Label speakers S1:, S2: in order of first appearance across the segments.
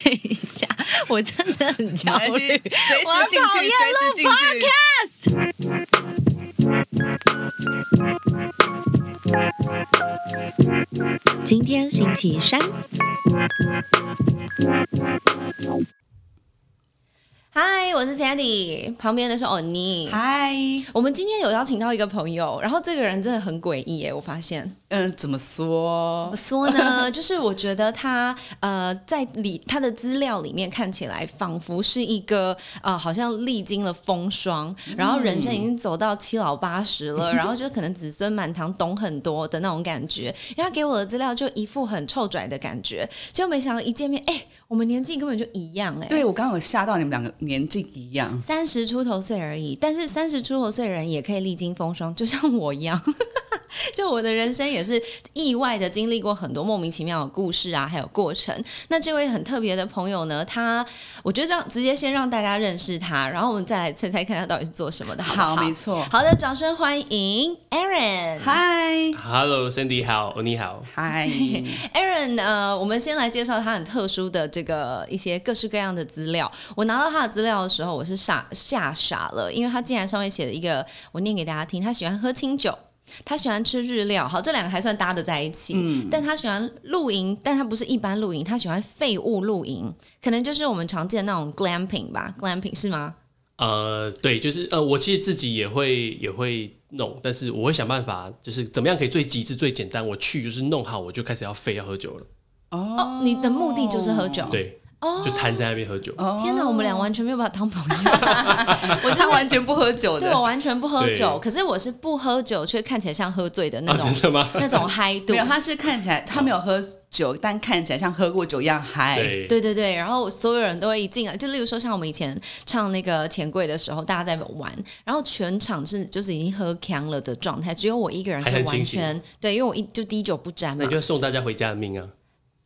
S1: 睡一下，我真的很焦
S2: 没关系
S1: 虑，
S2: 随时
S1: 我很
S2: 进去
S1: 讨厌
S2: 随时进
S1: 录
S2: 去
S1: podcast。今天星期三。
S3: 嗨，我是 Sandy，旁边的是欧尼。
S2: 嗨，
S3: 我们今天有邀请到一个朋友，然后这个人真的很诡异耶，我发现。
S2: 嗯，怎么说
S3: 怎么？说呢？ 就是我觉得他呃，在里他的资料里面看起来仿佛是一个呃，好像历经了风霜，然后人生已经走到七老八十 了，然后就可能子孙满堂，懂很多的那种感觉。因为他给我的资料就一副很臭拽的感觉，结果没想到一见面，哎、我们年纪根本就一样哎、
S2: 对我刚刚有吓到你们两个年纪一样，
S3: 三十出头岁而已，但是三十出头岁人也可以历经风霜，就像我一样。 就我的人生也是意外的经历过很多莫名其妙的故事啊，还有过程。那这位很特别的朋友呢，他我觉得这样直接先让大家认识他，然后我们再来猜猜看他到底是做什么的，好不好？
S2: 好没错
S3: 好的，掌声欢迎 Aaron。
S2: 嗨
S4: Hello, Cindy 好，哦你好，
S2: 嗨，
S3: Aaron，呃，我们先来介绍他很特殊的这个一些各式各样的资料。我拿到他的资料的时候，我是傻吓傻了，因为他竟然上面写了一个，我念给大家听，他喜欢喝清酒。他喜欢吃日料，好，这两个还算搭得在一起。
S4: 嗯
S3: 但他喜欢露营，但他不是一般露营，他喜欢废物露营，可能就是我们常见的那种 glamping 吧，glamping 是吗？
S4: 呃，对，就是呃，我其实自己也会也会弄，但是我会想办法，就是怎么样可以最极致、最简单。我去就是弄好，我就开始要废要喝酒了，
S3: 哦，你的目的就是喝酒。
S4: 对，
S3: 哦
S4: 就瘫在那边喝酒。
S3: 天哪，我们俩完全没有把他当朋友。
S4: 哦
S2: 我他完全不喝酒
S3: 对我
S2: 的，
S3: 完全不喝
S4: 对
S3: 酒，可是我是不喝酒却看起来像喝醉的那
S4: 啊
S3: 种，
S4: 真的吗
S3: 那种嗨度
S2: 没。有，他是看起来他没有喝酒，但看起来像喝过酒一样嗨。
S4: 对，
S3: 对对对，然后所有人都会一进来，就例如说像我们以前唱那个钱柜的时候，大家在玩，然后全场是就是已经喝呛了的状态，只有我一个人是
S4: 还很
S3: 完
S4: 清醒
S3: 全对，因为我一就滴酒不沾
S4: 那
S3: 嘛
S4: 你，就送大家回家的命啊！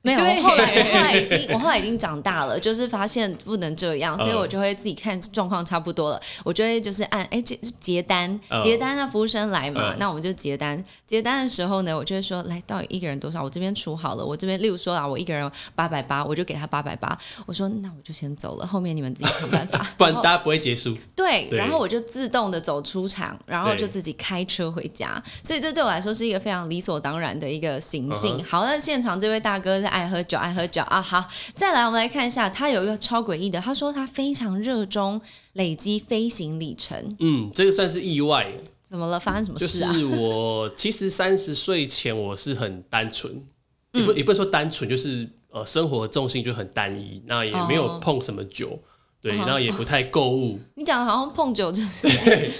S3: 没有，我
S2: 对
S3: 后来我后来已经 我后来已经长大了，就是发现不能这样，所以
S4: 嗯
S3: 我就会自己看状况差不多了，我就会就是按哎结结单
S4: 嗯
S3: 结单，那服务生来嘛
S4: 嗯，。
S3: 那我们就结单。结单的时候呢，我就会说来到底一个人多少，我这边除好了，我这边例如说啦，啊我一个人八百八，我就给他八百八，我说那我就先走了，后面你们自己想办法
S4: 不然
S3: 后
S4: 大家不会结束。
S3: 对，
S4: 对
S3: 然后我就自动的走出场，然后
S4: 对
S3: 就自己开车回家，所以这对我来说是一个非常理所当然的一个行径。
S4: 嗯哼
S3: 好，那现场这位大哥是爱喝酒，爱喝酒啊。好，再来我们来看一下，他有一个超诡异的，他说他非常热衷累积飞行里程，
S4: 嗯，这个算是意外，
S3: 怎么了？发生什么
S4: 就
S3: 事
S4: 是
S3: 哦啊？
S4: 我其实三十岁前我是很单纯，
S3: 嗯
S4: 也不也不是说单纯，就是呃生活重心就很单一，那也没有
S3: 哦
S4: 碰什么酒，对，
S3: 哦
S4: 然后也不太购物，
S3: 你讲的好像碰酒 就是，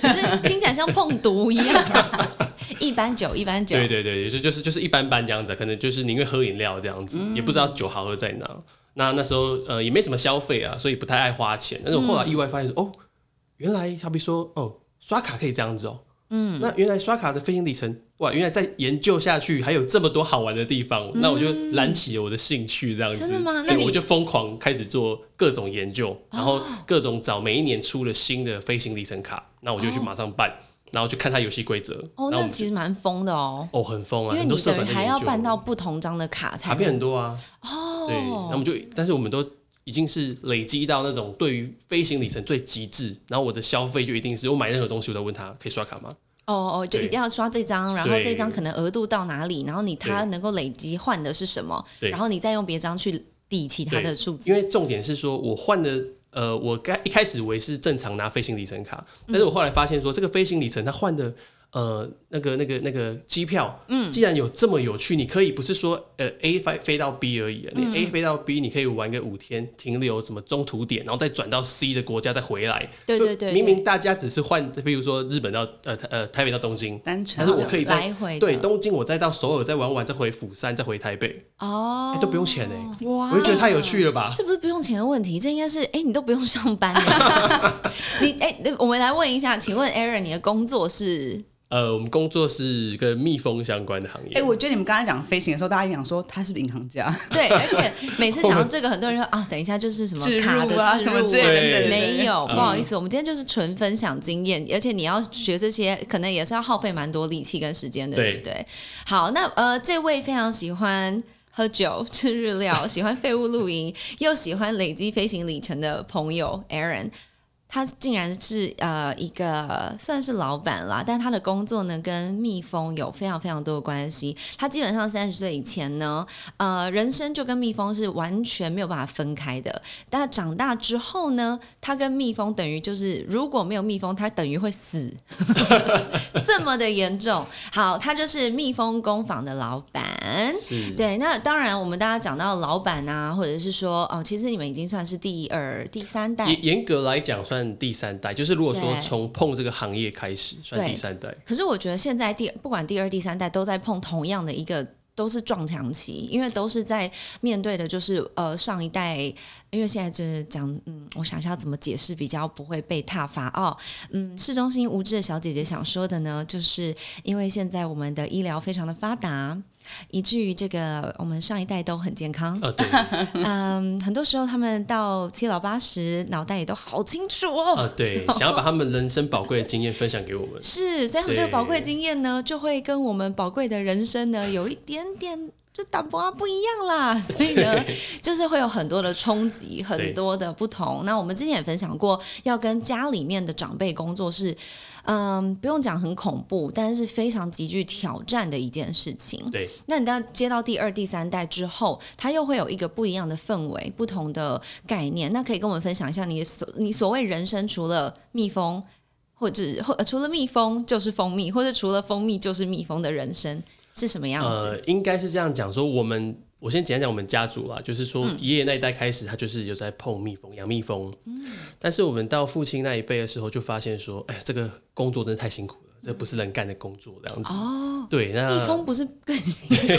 S3: 可是听起来像碰毒一样。一般酒，一般酒。
S4: 对对对，也是就是就是一般般这样子，可能就是宁愿喝饮料这样子，
S3: 嗯
S4: 也不知道酒好喝在哪。那那时候呃也没什么消费啊，所以不太爱花钱。但是我后来
S3: 嗯
S4: 意外发现说、哦，原来好比说哦刷卡可以这样子哦，嗯，那原来刷卡的飞行里程哇，原来再研究下去还有这么多好玩的地方，那我就燃起了我的兴趣这样
S3: 嗯
S4: 子。
S3: 真的吗那
S4: 对
S3: 你哦
S4: 我就疯狂开始做各种研究，然后各种找每一年出的新的飞行里程卡，那我就去马上办。然后就看它游戏规则，
S3: 哦，
S4: 然后我
S3: 那
S4: 们
S3: 其实蛮疯的哦，
S4: 哦，很疯啊，
S3: 因为
S4: 很
S3: 你
S4: 多社
S3: 等于
S4: 团在
S3: 还
S4: 研
S3: 要
S4: 究
S3: 办到不同张的卡才
S4: 卡
S3: 能
S4: 片很多啊，对，那我
S3: 哦
S4: 们。就但是我们都已经是累积到那种对于飞行里程最极致，然后我的消费就一定是我买任何东西我都问他可以刷卡吗？
S3: 哦哦，就
S4: 对
S3: 一定要刷这张，然后
S4: 对
S3: 这张可能额度到哪里，然后你它能够累积换的是什么，
S4: 对
S3: 然后你再用别张去抵其他的数字。
S4: 因为重点是说我换的。呃，我该一开始我也是正常拿飞行里程卡，但是我后来发现说，这个飞行里程它换的呃那个那个那个机票，嗯，既然有这么有趣，你可以不是说呃 A 飞飞到 B 而已，啊
S3: 嗯
S4: 你 A 飞到 B 你可以玩个五天，停留什么中途点，然后再转到 C 的国家再回来，
S3: 对
S4: 就
S3: 对对对
S4: 明明大家只是换，比如说日本到呃台呃台北到东京，
S2: 单
S4: 但
S2: 纯
S4: 是我可以
S3: 来
S4: 在
S3: 回的
S4: 对东京，我再到首尔再玩完，再回釜山，再回台北，
S3: 哦、
S4: 哎都不用钱哎，
S2: 哇
S4: 我就觉得太有趣了吧。
S3: 这不是不用钱的问题，这应该是哎、你都不用上 班了。你哎、我们来问一下，请问 Aaron，你的工作是？
S4: 呃，我们工作是跟蜜蜂相关的行业。
S2: 哎、我觉得你们刚才讲飞行的时候，大家想说他是不是银行家？
S3: 对，而且每次讲到这个，很多人说啊，等一下就是什么
S2: 置
S3: 卡的
S2: 入
S3: 置
S2: 啊，什么之类的
S4: 对
S2: 等等，
S3: 没有，
S4: 嗯
S3: 不好意思，我们今天就是纯分享经验，而且你要学这些，可能也是要耗费蛮多力气跟时间的，
S4: 对
S3: 对不对？好，那呃，这位非常喜欢。喝酒、吃日 料，喜欢废物露营，又喜欢累积飞行里程的朋友 Aaron。他竟然是呃一个算是老板啦，但他的工作呢跟蜜蜂有非常非常多的关系。他基本上三十岁以前呢，呃，人生就跟蜜蜂是完全没有办法分开的。但长大之后呢，他跟蜜蜂等于就是如果没有蜜蜂，他等于会死， 这么的严重。好，他就是蜜蜂工坊的老板。
S4: 是
S3: 对，那当然，我们大家讲到老板啊，或者是说，哦，其实你们已经算是第二、第三代，
S4: 严严格来讲算第三代，就是如果说
S3: 对
S4: 从碰这个行业开始算第三代，
S3: 可是我觉得现在第不管第二、第三代都在碰同样的一个。都是撞墙期，因为都是在面对的，就是呃上一代，因为现在就是讲，嗯，我想一下要怎么解释比较不会被踏伐哦，嗯，市中心无知的小姐姐想说的呢，就是因为现在我们的医疗非常的发达，以至于这个我们上一代都很健康，
S4: 呃，对，
S3: 嗯，很多时候他们到七老八十，脑袋也都好清楚哦，
S4: 呃， 对，想要把他们人生宝贵的经验分享给我们，
S3: 是，所以他们这个宝贵经验呢，就会跟我们宝贵的人生呢，有一点点就淡薄啊不一样啦。所以呢，就是会有很多的冲击，很多的不同。那我们之前也分享过，要跟家里面的长辈工作是，嗯，不用讲很恐怖，但是非常极具挑战的一件事
S2: 嗯
S3: 情。
S4: 对，
S3: 那你当接到第二、第三代之后，它又会有一个不一样的氛围、不同的概念。那可以跟我们分享一下你所你所谓人生，除了蜜蜂，或者或、呃除了蜜蜂就是蜂蜜，或者除了蜂蜜就是蜜蜂的人生是什么样子？
S4: 呃，应该是这样讲，说我们我先简单讲我们家族
S2: 嗯
S4: 啊，就是说爷爷那一代开始，他就是有在碰蜜蜂、养蜜蜂，
S2: 嗯
S4: 但是我们到父亲那一辈的时候，就发现说，哎，这个工作真的太辛苦了，这不是人干的工作这样子。哦，对，那
S3: 蜜蜂不是更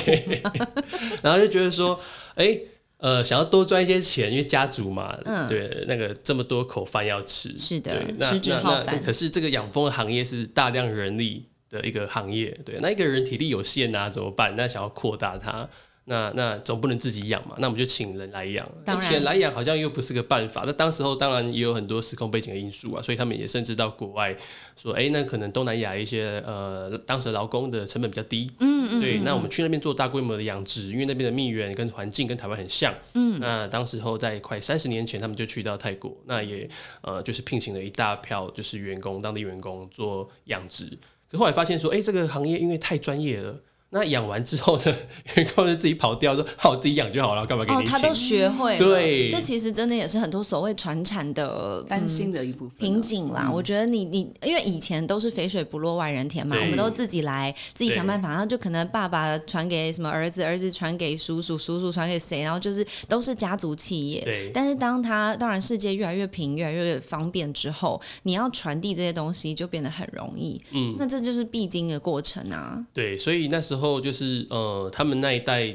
S4: 然后就觉得说，哎、呃，想要多赚一些钱，因为家族嘛，对，那个这么多口饭要吃，
S3: 嗯是的
S4: 对那
S3: 食之
S4: 那
S3: 浩
S4: 那
S3: 繁
S4: 可是这个养蜂的行业是大量人力的一个行业，对，那一个人体力有限啊，怎么办？那想要扩大它。那那总不能自己养嘛，那我们就请人来养。
S3: 当
S4: 那
S3: 然
S4: 请人来养好像又不是个办法。那当时候当然也有很多时空背景的因素啊，所以他们也甚至到国外说，哎、那可能东南亚一些呃当时劳工的成本比较低，
S3: 嗯
S4: 对，那我们去那边做大规模的养殖，因为那边的蜜源跟环境跟台湾很像。嗯，那当时候在快三十年前，他们就去到泰国，那也呃就是聘请了一大票就是员工，当地员工做养殖。可后来发现说，哎、这个行业因为太专业了。那养完之后呢， 员工就自己跑掉，说：“好，我自己养就好了，干嘛给
S3: 哦
S4: 你，
S3: 他
S4: 请
S3: 都学会了。
S4: 对
S3: 这其实真的也是很多所谓传产的
S2: 担心的一部分啊
S3: 嗯瓶颈
S4: 嗯
S3: 啦，我觉得你你因为以前都是肥水不落外人田嘛，
S4: 对
S3: 我们都自己来，自己
S4: 对
S3: 想办法，然后就可能爸爸传给什么儿子，儿子传给叔叔，叔叔传给谁，然后就是都是家族企业。
S4: 对，
S3: 但是当他当然世界越来越平，越来越方便之后，你要传递这些东西就变得很容易。嗯，那这就是必经的过程啊。
S4: 对，所以那时候就是呃，他们那一代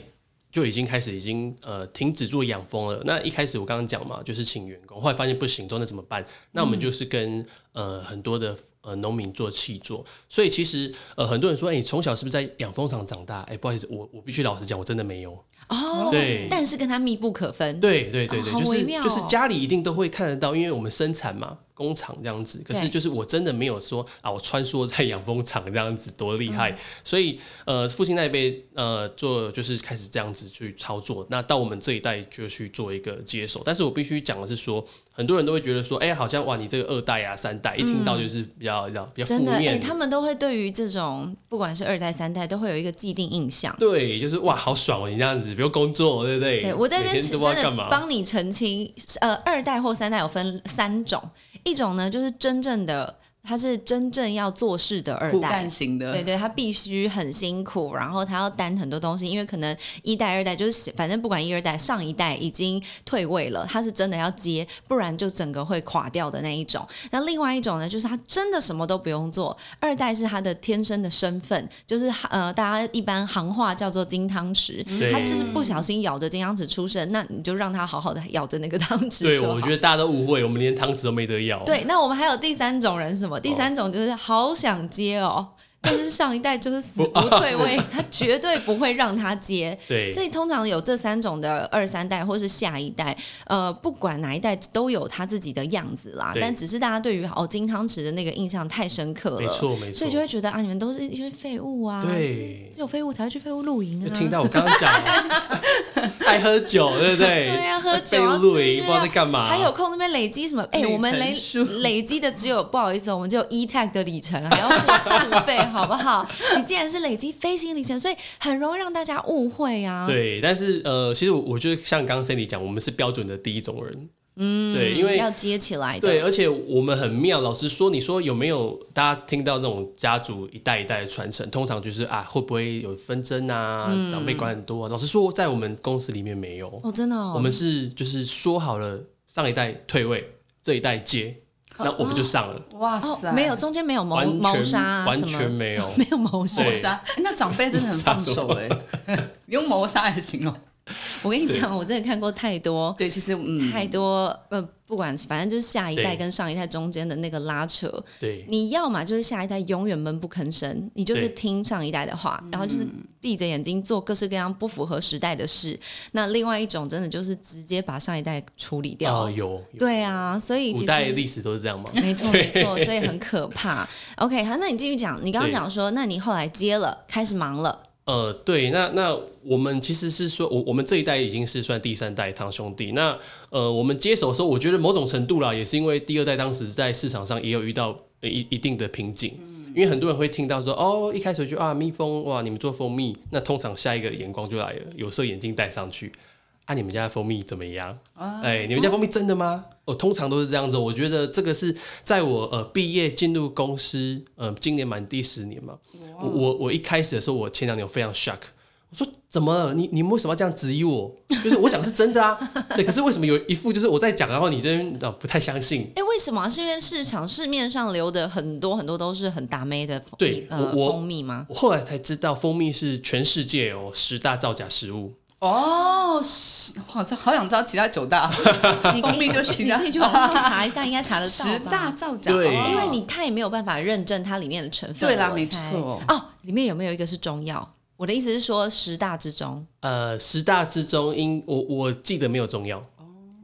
S4: 就已经开始已经呃停止做养蜂了。那一开始我刚刚讲嘛，就是请员工，后来发现不行，之后那怎么办？那我们就是跟、呃很多的呃农民做契作。所以其实呃很多人说，哎、你从小是不是在养蜂场长大？哎、不好意思，我我必须老实讲，我真的没有。
S3: 哦，
S4: 对
S3: 但是跟他密不可分。
S4: 对对对
S3: 哦
S4: 对，
S3: 好
S4: 就
S3: 微
S4: 是
S3: 妙
S4: 就是
S3: 哦
S4: 家里一定都会看得到，因为我们生产嘛，工厂这样子。可是
S3: 对
S4: 就是我真的没有说啊，我穿梭在养蜂场这样子多厉害。所
S3: 嗯
S4: 以呃，父亲那一辈呃做就是开始这样子去操作，那到我们这一代就去做一个接手。但是我必须讲的是说，很多人都会觉得说，哎、好像哇，你这个二代啊、三代，一听到就是比较、比较比较负
S3: 真的，哎、
S4: 面。
S3: 他们都会对于这种不管是二代三代，都会有一个既定印象。
S4: 对，就是哇，好爽哦！你这样子不用工作，对不对？
S3: 对我在这边
S4: 每天
S3: 真
S4: 都不知道
S3: 的
S4: 干嘛。
S3: 帮你澄清，呃，二代或三代有分三种，一种呢就是真正的，他是真正要做事的二
S2: 苦
S3: 代
S2: 干。型的，
S3: 对对，他必须很辛苦，然后他要担很多东西，因为可能一代、二代就是反正不管一二代，上一代已经退位了，他是真的要接，不然就整个会垮掉的那一种。那另外一种呢，就是他真的什么都不用做，二代是他的天生的身份，就是呃，大家一般行话叫做金汤匙，
S4: 对
S3: 他就是不小心咬着金汤匙出生，那你就让他好好的咬着那个汤匙
S4: 对，
S3: 就好
S4: 我觉得大家都误会，我们连汤匙都没得咬。哦
S3: 对，那我们还有第三种人是什么？第三种就是好想接哦。但是上一代就是死不退位，他绝对不会让他接。
S4: 哦 对，
S3: 所以通常有这三种的二三代或是下一代，呃，不管哪一代都有他自己的样子啦。
S4: 对
S3: 但只是大家对于哦金汤匙的那个印象太深刻了，
S4: 没错没错
S3: 所以就会觉得啊，你们都是一些废物啊，
S4: 对
S3: 就是只有废物才会去废物露营
S4: 就
S3: 啊。
S4: 听到我刚刚讲， 爱喝酒，对不对？
S3: 对呀、喝
S4: 废
S3: 酒
S4: 物
S3: 啊
S4: 露
S3: 吃
S4: 营，不知道在干嘛。
S3: 还有空那边累积什么？哎、
S2: 里程
S3: 我们累
S2: 数
S3: 累积的只有不好意思，我们只有 e tag 的里程，还要自己付费，好不 好？你既然是累积飞行里程，所以很容易让大家误会啊。
S4: 对，但是呃，其实我我觉得像刚刚 Cindy 讲，我们是标准的第一种人。嗯，对，因为
S3: 要接起来的。
S4: 对，而且我们很妙。老实说，你说有没有大家听到那种家族一代一代的传承？通常就是啊，会不会有纷争啊？
S3: 嗯
S4: 长辈管很多、啊。老实说，在我们公司里面没有，
S3: 哦，真的、哦，
S4: 我们是就是说好了，上一代退位，这一代接，那我们就上了，
S2: 哇塞，
S3: 哦没有中间没有谋
S4: 完全
S3: 谋杀啊
S4: 完
S3: 什
S4: 全
S3: 么，
S4: 没有。
S3: 没有谋杀
S4: 对。
S2: 谋杀，哎那长辈真的很放手哎、 用谋杀来形容。
S3: 我跟你讲，我真的看过太多
S2: 对，其实嗯，
S3: 太多，呃，不管反正就是下一代
S4: 对
S3: 跟上一代中间的那个拉扯，
S4: 对
S3: 你要嘛就是下一代永远闷不吭声，你就是
S4: 对
S3: 听上一代的话，然后就是闭着眼睛做各式各样不符合时代的事。那另外一种真的就是直接把上一代处理掉。
S4: 啊，有有
S3: 对啊，所以其
S4: 古
S3: 实
S4: 代历史都是这样吗？
S3: 没错没错，所以很可怕。OK，好，那你继续讲，你刚刚
S4: 对
S3: 讲说，那你后来接了，开始忙了，
S4: 呃，对，那那我们其实是说，我我们这一代已经是算第三代堂兄弟。那呃，我们接手的时候，我觉得某种程度啦，也是因为第二代当时在市场上也有遇到呃一一定的瓶颈。
S3: 嗯
S4: 因为很多人会听到说，哦，一开始就啊，蜜蜂哇，你们做蜂蜜，那通常下一个眼光就来了，有色眼镜戴上去，啊，你们家的蜂蜜怎么样？
S3: 啊
S4: 哎，你们家蜂蜜真的吗？哦，通常都是这样子。我觉得这个是在我呃毕业进入公司，呃，今年满第十年嘛。我我我一开始的时候，我前两年我非常 shock，我说怎么了？你你们为什么要这样质疑我？就是我讲的是真的啊， 对。可是为什么有一副就是我在讲，然后你这边、呃、不太相信？
S3: 哎，为什么啊？是因为市场市面上流的很多很多都是很达妹的蜂
S4: 对
S3: 呃
S4: 我我
S3: 蜂蜜吗？
S4: 我后来才知道，蜂蜜是全世界有十大造假食物。
S2: 哦，是哇，这好想知道其他九大
S3: 你
S2: 蜂蜜就行了
S3: 你自己去网上查一下，应该查得到吧。
S2: 十大造假，
S4: 对
S2: 哦
S3: 因为你它也没有办法认证它里面的成分。
S2: 对啦
S3: 我
S2: 没
S3: 猜
S2: 错
S3: 哦，里面有没有一个是中药？我的意思是说，十大之中
S4: 呃，十大之中，因我我记得没有中药，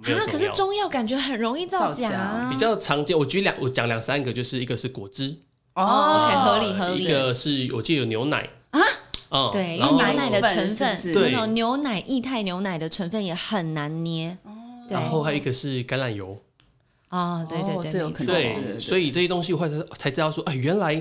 S4: 没有
S3: 啊，可是
S4: 药
S3: 中药感觉很容易造假啊
S4: 比。较常见。我举两，我讲两三个，就是一个是果汁，呃
S3: 哦，OK，合
S2: 理。
S3: 理合
S4: 一
S3: 理。
S4: 个是我记得有牛奶啊，嗯，
S3: 对，因为
S4: 然后
S3: 牛奶的成分，
S2: 哦是不是
S4: 对
S3: 那种牛奶液态牛奶的成分也很难捏。对
S4: 然后还有一个是橄榄油，
S3: 哦，对对
S2: 哦
S3: 对，
S2: 这有
S3: 没
S2: 可
S3: 错
S2: 能
S4: 对
S2: 对对，对
S4: 所以这些东西我后来才才知道说，哎，原来。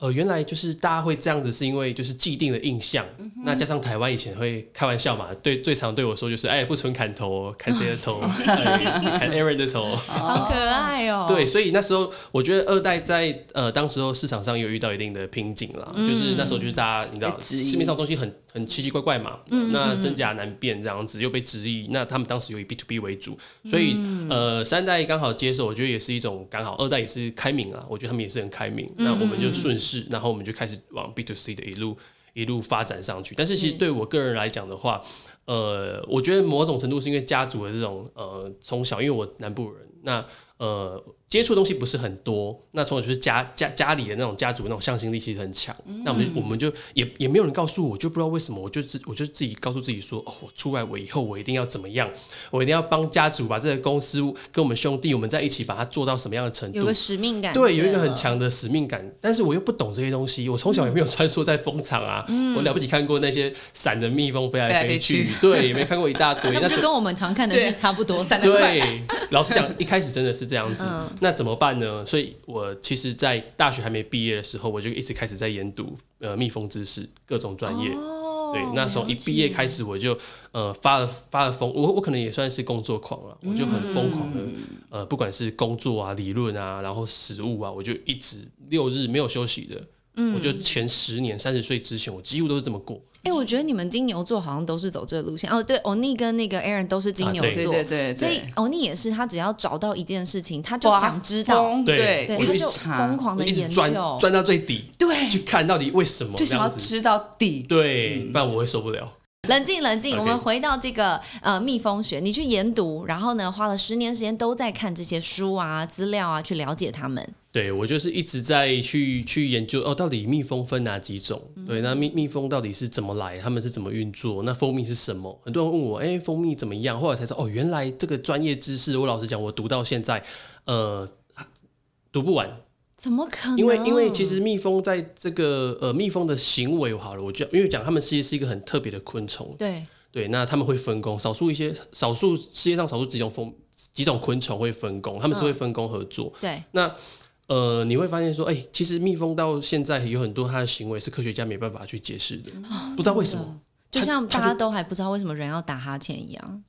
S4: 呃，原来就是大家会这样子，是因为就是既定的印象。
S3: 嗯
S4: 那加上台湾以前会开玩笑嘛，对，最常对我说就是，哎，不纯砍头哦，砍谁的 头？对砍 Aaron 的头。
S3: 好可爱哦。
S4: 对，所以那时候我觉得二代在呃当时候市场上有遇到一定的瓶颈啦，就是那时候就是大家你知道
S2: 被质疑
S4: 市面上东西很很奇奇怪怪嘛，那真假难辨这样子又被质疑，那他们当时又以 B to B 为主，所以、呃三代刚好接手，我觉得也是一种刚好，二代也是开明啊，我觉得他们也是很开明，那我们就顺势，然后我们就开始往 B to C 的一路。一路发展上去，但是其实对我个人来讲的话，呃，我觉得某种程度是因为家族的这种呃，从小因为我南部人，那呃接触的东西不是很多，那从小就是家家家里的那种家族那种向心力其实很强，那我们我们就也也没有人告诉我，我就不知道为什么，我就自我就自己告诉自己说，哦，我出来我以后我一定要怎么样，我一定要帮家族把这个公司跟我们兄弟我们在一起把它做到什么样的程度，
S3: 有个使命感。
S4: 对，有一个很。强的使命感，但是我又不懂这些东西，我从小也
S2: 嗯
S4: 没有穿梭在蜂场啊，我了不起看过那些散的蜜蜂飞
S2: 飞
S4: 来
S2: 来嗯飞
S4: 去，
S2: 去
S4: 对，也没看过一 大堆，
S3: 那
S4: 那
S3: 不
S4: 怎
S3: 就跟我们常看的
S2: 对
S3: 是差不多 吗？
S2: 散得快，
S4: 对，老实讲，一开始真的是这样子，那怎么办呢？所以我其实，在大学还没毕业的时候，我就一直开始在研读呃蜜蜂知识，各种专业。
S3: 哦
S4: 对，那从一毕业开始，我就呃发了发了疯，我我可能也算是工作狂啊了，我就很疯狂的、呃，不管是工作啊、理论啊，然后实务啊，我就一直六日没有休息的，我就前十年三十岁之前，我几乎都是这么过。
S3: 哎、我觉得你们金牛座好像都是走这个路线哦。对，欧尼跟那个 Aaron 都是金牛座，
S4: 啊
S2: 对对对，
S3: 所以欧尼也是，他只要找到一件事情，他就想知
S2: 刮
S3: 道，
S2: 风
S4: 对
S2: 对，
S3: 对，
S4: 哎我
S3: 他
S4: 一
S3: 就疯
S2: 查，
S3: 狂
S4: 我
S3: 的
S4: 一直
S3: 研
S4: 钻
S3: 究。
S4: 钻到最底，
S2: 对，
S4: 去看到底为什么
S2: 就
S4: 这
S2: 想
S4: 样
S2: 要
S4: 子。
S2: 知道底。
S4: 对，不然我会受不了。
S3: 冷静冷静
S4: OK
S3: 我们回到这个呃蜜蜂学，你去研读，然后呢花了十年时间都在看这些书啊、资料啊，去了解他们。
S4: 对我就是一直在去去研究哦，到底蜜蜂分哪几种？对，那蜜蜜蜂到底是怎么来？它们是怎么运作？那蜂蜜是什么？很多人问我，哎，蜂蜜怎么样？后来才知道，哦，原来这个专业知识，我老实讲，我读到现在，呃，读不完，
S3: 怎么可能？
S4: 因为因为其实蜜蜂在这个呃蜜蜂的行为好了，我觉得因为讲它们其实是一个很特别的昆虫，
S3: 对
S4: 对，那他们会分工，少数一些少数世界上少数几种蜂几种昆虫会分工，他们是会分工合作。
S3: 对
S4: 那呃，你会发现说，哎、其实蜜蜂到现在有很多它的行为是科学家没办法去解释的，
S3: 哦
S4: 不知道为什么。
S3: 就像
S4: 他
S3: 大
S4: 就
S3: 家都还不知道为什么人要打哈欠一样，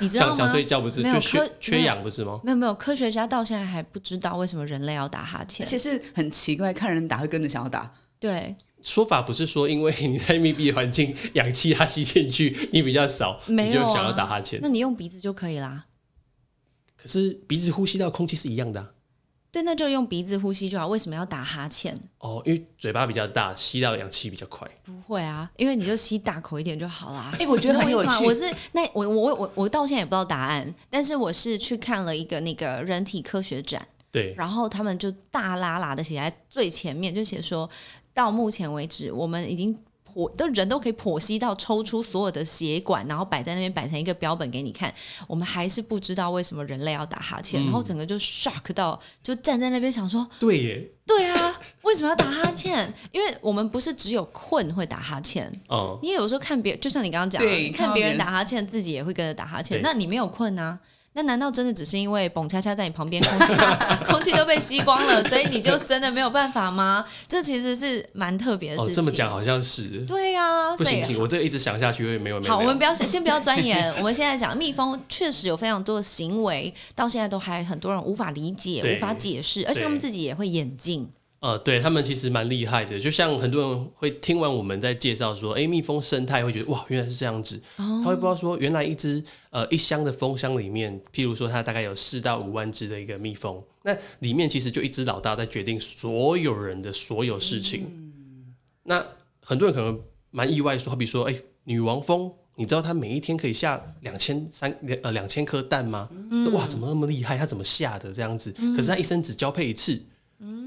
S3: 你知道
S4: 想想
S3: 吗？
S4: 睡觉不是
S3: 没有
S4: 就
S3: 科
S4: 缺缺
S3: 没有
S4: 氧不是吗？
S3: 没有没有，科学家到现在还不知道为什么人类要打哈欠
S2: 而。且是很奇怪，看人打会跟着想要打，
S3: 对，
S4: 说法不是说因为你在密闭环境氧气它吸进去 你比较少，
S3: 没
S4: 你
S3: 有
S4: 就
S3: 啊
S4: 想要打哈欠。
S3: 那你用鼻子就可以啦。
S4: 可是鼻子呼吸到空气是一样的、啊、
S3: 对，那就用鼻子呼吸就好。为什么要打哈欠？
S4: 哦，因为嘴巴比较大，吸到氧气比较快。
S3: 不会啊，因为你就吸大口一点就好啦。
S2: 哎我觉得很有
S3: 你懂我意思吗
S2: 趣
S3: 我是那我我我我到现在也不知道答案，但是我是去看了一个那个人体科学展，
S4: 对，
S3: 然后他们就大拉拉的写在最前面，就写说到目前为止，我们已经剖都人都可以剖析到抽出所有的血管，然后摆在那边摆成一个标本给你看，我们还是不知道为什么人类要打哈
S2: 嗯
S3: 欠，然后整个就 shock 到，就站在那边想说，
S4: 对耶，
S3: 对啊，为什么要打哈欠？因为我们不是只有困会打哈欠。
S4: 哦、
S3: 你有时候看别，就像你刚刚讲啊，
S2: 对
S3: 你
S2: 看
S3: 看
S2: 到
S3: 别人
S2: 别人
S3: 打哈欠，自己也会跟着打哈欠。
S4: 对
S3: 那你没有困啊？那难道真的只是因为蹦恰恰在你旁边，空气空气都 被吸光了，所以你就真的没有办法吗？这其实是蛮特别的事
S4: 哦，
S3: 情。
S4: 这么讲好像是，
S3: 对呀、
S4: 不
S3: 所
S4: 行
S3: 以
S4: 不行，我这个一直想下去会没有没有。
S3: 好，我
S4: 没有
S3: 们不要先先不要钻研，我们现在讲蜜蜂确实有非常多的行为，到现在都还很多人无法理解、
S4: 对
S3: 无法解释，而且他们自己也会演进。
S4: 呃，对他们其实蛮厉害的，就像很多人会听完我们在介绍说，哎，蜜蜂生态会觉得哇，原来是这样子，他会不知道说，原来一只呃一箱的蜂箱里面，譬如说它大概有四到五万只的一个蜜蜂，那里面其实就一只老大在决定所有人的所有事情。
S3: 嗯
S4: 那很多人可能蛮意外说，好比说，哎，女王蜂。你知道它每一天可以下两千三两呃两千颗蛋吗？
S3: 嗯
S4: 哇，怎么那么厉害？它怎么下的这样子？可是它一生只交配一次，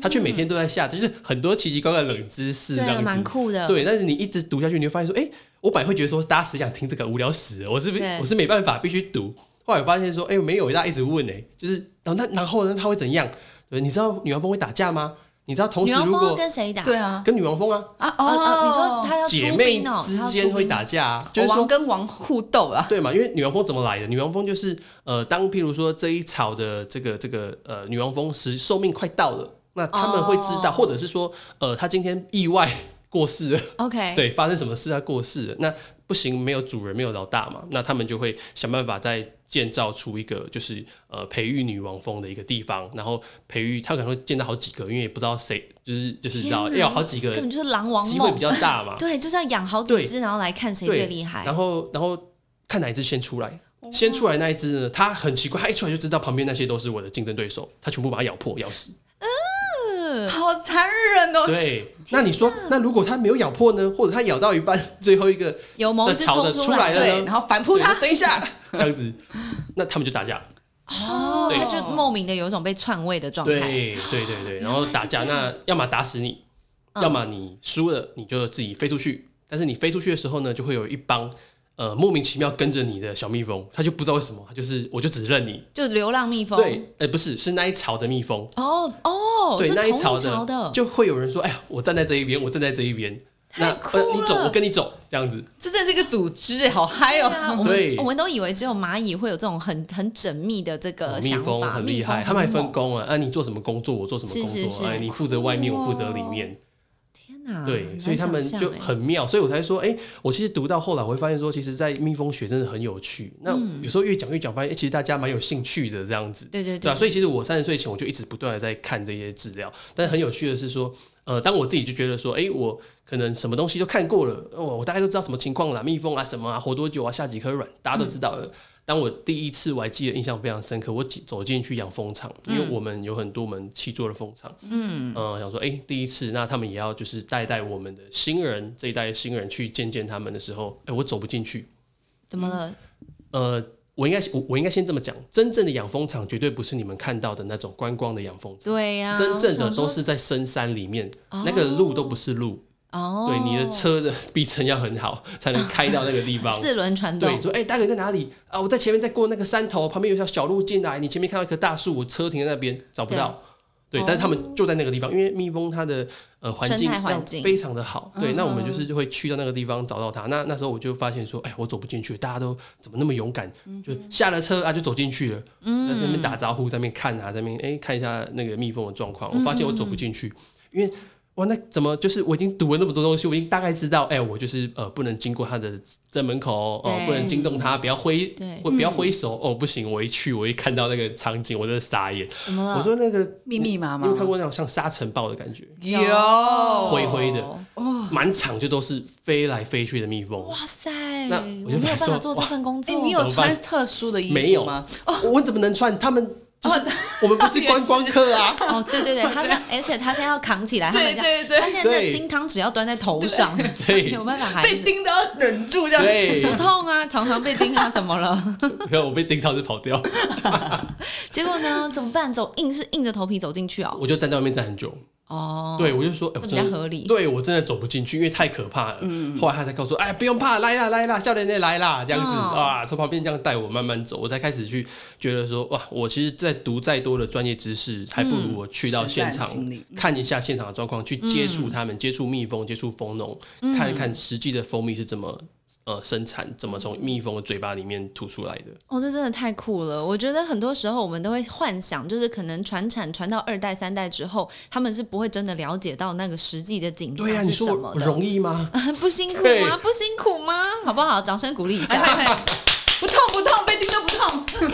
S4: 他却每天都在下，就是很多奇奇怪怪的冷知识这
S3: 对
S4: 样
S3: 啊，
S4: 子，
S3: 蛮酷的。
S4: 对，但是你一直读下去，你会发现说，哎、我本来会觉得说，大家谁想听这个无聊死了，我是不是
S3: 对
S4: 我是没办法必须读。后来我发现说，哎、没有，大家一直问哎、就是哦，那然后呢，他会怎样？对，你知道女王蜂会打架吗？你知道同
S3: 女
S4: 时
S3: 王
S4: 如
S3: 蜂
S4: 果
S3: 跟谁打？
S2: 对啊，
S4: 跟女王蜂啊
S2: 啊
S3: 哦哦，你说她要
S4: 姐
S3: 出
S4: 妹
S3: 兵哦，
S4: 之
S3: 她要
S4: 间
S3: 出
S4: 会
S3: 兵
S4: 打架、啊，就是
S2: 王
S4: 说
S2: 跟王互斗啊啦，
S4: 对嘛？因为女王蜂怎么来的？女王蜂就是呃，当譬如说这一草的这个这个呃女王蜂时寿命快到了，那他们会知
S3: 哦
S4: 道，或者是说呃，她今天意外过世了，
S3: OK，
S4: 对，发生什么事她过世了，那不行，没有主人，没有老大嘛，那他们就会想办法再建造出一个就是呃培育女王蜂的一个地方，然后培育他可能会建造好几个，因为也不知道谁就是就是知道
S3: 天哪
S4: 要有好几个
S3: 根本就是狼王
S4: 机会比
S3: 梦。
S4: 较大嘛，
S3: 对，就是要养好几
S4: 对
S3: 只，然后来看谁
S4: 对
S3: 最厉害。哦
S4: 然后然后看哪一只先出来，先出来那一只呢，它很奇怪，它一出来就知道旁边那些都是我的竞争对手，它全部把它咬破咬死。
S2: 好残忍哦！
S4: 对，那你说，那如果它没有咬破呢，或者它咬到一半， 最后一个
S3: 有某一只
S4: 在吵
S3: 冲
S4: 着
S3: 出
S4: 出
S3: 来
S4: 来了
S2: 对，
S4: 呢
S2: 然后反扑他，
S4: 对等一下这样子，那他们就打架。
S3: 哦，
S4: 对
S3: 他就莫名的有一种被篡位的状
S4: 对
S3: 态。
S4: 对对对，然后打架，
S3: 原来
S4: 那要么打死你，
S3: 嗯
S4: 要么你输了你就自己飞出去。但是你飞出去的时候呢，就会有一帮呃莫名其妙跟着你的小蜜蜂，它就不知道为什么，它就是我就只认你。
S3: 就流浪蜜蜂。
S4: 对，呃，不是，是那一巢的蜜蜂。
S3: 哦哦，
S4: 对
S3: 是
S4: 那
S3: 同
S4: 一
S3: 一
S4: 朝
S3: 朝的，
S4: 就会有人说：“哎呀，我站在这一边，我站在这一边。”那
S3: 太酷
S4: 呃你走，
S3: 了
S4: 我跟你走，这样子。
S2: 这真的是一个组织哎，好嗨
S3: 对
S2: 哦！
S3: 啊，我
S4: 对
S3: 们我们都以为只有蚂蚁会有这种很很缜密的这个
S4: 哦蜜
S3: 呃想
S4: 蜂
S3: 法，
S4: 很厉害，
S3: 蜜
S4: 他们还
S3: 很
S4: 分
S3: 猛。
S4: 工啊，啊，你做什么工作，我做什么
S3: 是
S4: 工作，
S3: 是是
S4: 哎，你负责外面，我负责里面，
S3: 天哪，
S4: 对，
S3: 很
S4: 所以他们
S3: 难想
S4: 就
S3: 象欸
S4: 很妙，所以我才说，哎，我其实读到后来，我会发现说，其实，在蜜蜂学真的很有趣。那有时候越讲越讲，发现哎其实大家蛮有兴趣的这样子。
S3: 嗯对对
S4: 对啊，所以其实我三十岁前我就一直不断的在看这些资料，但很有趣的是说，呃，当我自己就觉得说，哎，我可能什么东
S3: 嗯
S4: 西都看过了，哦，我大概都知道什么情况啦，蜜蜂啊什么啊，活多久啊，下几颗卵，大家都知道了。当我第一次我还记得印象非常深刻，我进走进去养蜂场，因为
S3: 嗯
S4: 我们有很多我们七座的蜂场，嗯，呃，想说，哎、第一次，那他们也要就是带带我们的新人这一代新人去见见他们的时候，哎、我走不进去，
S3: 怎么了？
S4: 呃，我应该我我应该先这么讲，真正的养蜂场绝对不是你们看到的那种观光的养蜂场，
S3: 对呀、啊
S4: 真正
S3: 我
S4: 的
S3: 想
S4: 都
S3: 说
S4: 是在深山里面，那个路都不是路，
S3: 哦，
S4: 对，你的车的 避震要很好才能开到那个地方。
S3: 四轮传
S4: 对，
S3: 动，
S4: 说哎、大哥你在哪里啊？我在前面，在过那个山头，旁边有一条小路进来。你前面看到一棵大树，我车停在那边，找不到。对，但是他们就在那个地方，因为蜜蜂它的呃环境
S3: 哦生态环
S4: 让
S3: 境嗯
S4: 非常的好。对，那我们就是会去到那个地方找到它。那那时候我就发现说，哎、我走不进去，大家都怎么那么勇敢？
S3: 嗯
S4: 就下了车啊，就走进去了。嗯，在那边打招呼，在那边看啊，在那边哎、看一下那个蜜蜂的状况。我发现我走不进去，因为哇，那怎么就是我已经读了那么多东西，我已经大概知道，哎、我就是呃不能经过他的正门口哦、
S3: 对
S4: 不能惊动他，不要挥
S3: 对，
S4: 或不要挥手、哦，不行，我一去我一看到那个场景，我真的傻眼。
S3: 怎么了？
S4: 我说那个
S2: 密密麻
S4: 你
S2: 麻
S4: 有，看过那种像沙尘暴的感觉，
S2: 有哦
S4: 灰灰的满场就都是飞来飞去的蜜蜂。
S3: 哇塞，
S4: 那
S3: 我
S4: 我
S3: 没
S4: 就
S3: 有
S4: 想
S3: 办
S4: 说
S3: 法做这份工
S2: 哎、
S3: 作。
S2: 你有
S4: 怎么办
S2: 穿特殊的衣服
S4: 没有
S2: 吗？？
S4: 我我怎么能穿？他们就是我们不是观光客啊。
S3: 哦，对对对，他那而且他现在要扛起来，他
S2: 对
S3: 们
S2: 对对
S3: 他现在那
S4: 对
S3: 金汤匙要端在头上，
S4: 对
S3: 有办法还
S2: 被
S3: 是
S2: 叮都要忍住这样。
S4: 对，
S3: 不痛啊？常常被叮啊，怎么了？
S4: 然后我被叮到就跑掉，
S3: 结果呢？怎么办？走硬是硬着头皮走进去哦。
S4: 我就站在外面站很久。
S3: 哦，
S4: 对，我就说，哎、我
S3: 这比较
S4: 真的
S3: 合理嗯
S4: 对我真的走不进去，因为太可怕了。后来他才告诉我，哎，不用怕，来啦来啦，笑脸妹来啦，这样子、
S3: 哦
S4: 啊，从旁边这样带我慢慢走，我才开始去觉得说，哇，我其实在读再多的专业知识，还不
S3: 嗯
S4: 如我去到
S2: 实
S4: 现
S2: 战
S4: 场、
S2: 经历
S4: 看一下现场的状况，去接
S3: 嗯
S4: 触他们，接触蜜蜂，接触蜂农，看一看实际的蜂蜜是怎么。呃，生产怎么从蜜蜂的嘴巴里面吐出来的？
S3: 哦，这真的太酷了！我觉得很多时候我们都会幻想，就是可能传产传到二代、三代之后，他们是不会真的了解到那个实际的景象
S4: 对呀、啊
S3: 是
S4: 你
S3: 什
S4: 说
S3: 么
S4: 我
S3: 的。
S4: 容易吗？
S3: 不辛苦
S4: 对
S3: 吗？不辛苦吗？好不好？掌声鼓励一
S2: 哎
S3: 下。
S2: 哎哎不痛不痛，被叮都不痛。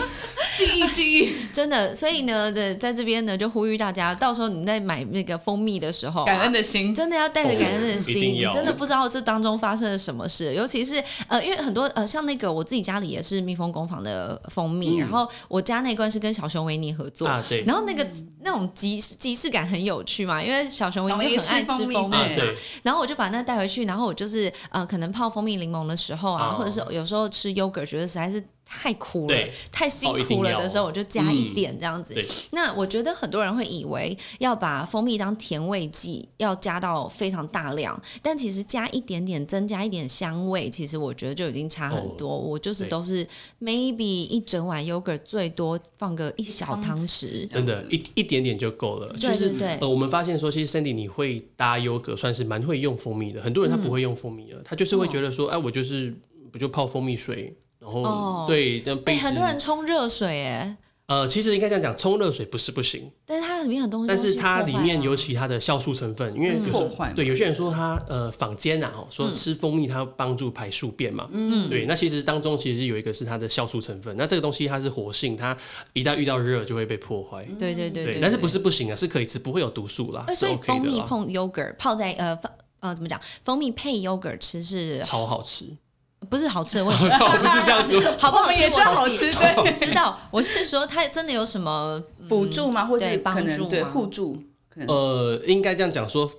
S2: 记忆记忆，
S3: 真的，所以呢，的在这边呢，就呼吁大家，到时候你在买那个蜂蜜的时
S4: 啊
S3: 候、
S2: 感恩。的心
S3: 你。真的要带着感恩的
S4: 哦一
S3: 心，
S4: 定
S3: 你
S4: 要
S3: 真的不知道这当中发生了什么事。尤其是呃，因为很多呃，像那个我自己家里也是蜜蜂工坊的蜂
S2: 嗯
S3: 蜜，然后我家那罐是跟小熊维尼合作，
S4: 啊对
S3: 然后那个那种即即视感很有趣嘛，因为小熊维尼就很爱吃蜂蜜
S2: 小维尼吃蜂蜜
S3: 嘛
S4: 啊，
S2: 对
S4: 对，
S3: 然后我就把那带回去，然后我就是呃，可能泡蜂蜜柠檬的时候啊，
S4: 哦
S3: 或者是有时候吃 yogurt 觉得实在是太苦了
S4: 对、
S3: 太辛
S4: 哦一
S3: 苦
S4: 定
S3: 了
S4: 要
S3: 的时候，我就加一点这样子。
S4: 嗯对
S3: 那我觉得很多人会以为要把蜂蜜当甜味剂，要加到非常大量，但其实加一点点，增加一点香味，其实我觉得就已经差很
S4: 哦
S3: 多。我就是
S4: 对
S3: 都是 maybe 一整碗 yogurt 最多放个一小汤匙。
S4: 真的，一一点点就够了。
S3: 对
S4: 其实
S3: 对对
S4: 呃，我们发现说，其实 Sandy 你会搭优格，算是蛮会用蜂蜜的。很
S3: 嗯
S4: 多人他不会用蜂蜜的，他就是
S3: 哦
S4: 会觉得说，哎、我就是不就泡蜂蜜水，然后、
S3: 哦
S4: 对，但
S3: 哎、
S4: 杯子、
S3: 很多人冲热水哎，
S4: 呃，其实应该这样讲，冲热水不是不行，
S3: 但是它里面很多东西
S4: 但
S3: 都
S4: 是它里面
S3: 破坏啊
S4: 有其他的酵素成分，因为有时
S2: 嗯破
S4: 候
S2: 坏嘛
S4: 对有些人说它呃坊间啊，哦
S3: 嗯
S4: 说吃蜂蜜它帮助排宿便嘛，嗯，对，那其实当中其实有一个是它的酵素成分，那这个东西它是活性，它一旦遇到热就会被破坏，
S3: 对对对
S4: 对，但是不是不行啊，是可以吃，不会有毒素啦，
S3: 呃
S4: 是
S3: 所以
S4: OK
S3: 蜂蜜
S4: 的啊啦，
S3: 碰 yogurt 泡在呃放呃怎么讲？蜂蜜配 yogurt 吃是
S4: 超好吃，
S3: 不是好吃的问 题？
S4: 我哦不是这样子，
S3: 好不好
S2: 我们
S3: 吃？
S2: 也知道好吃，对，
S3: 我知道，我是说它真的有什么
S4: 嗯
S2: 辅助嘛，或
S3: 对
S2: 是可
S3: 帮助
S2: 能对
S3: 嘛
S2: 互助，可能
S4: 呃，应该这样讲说。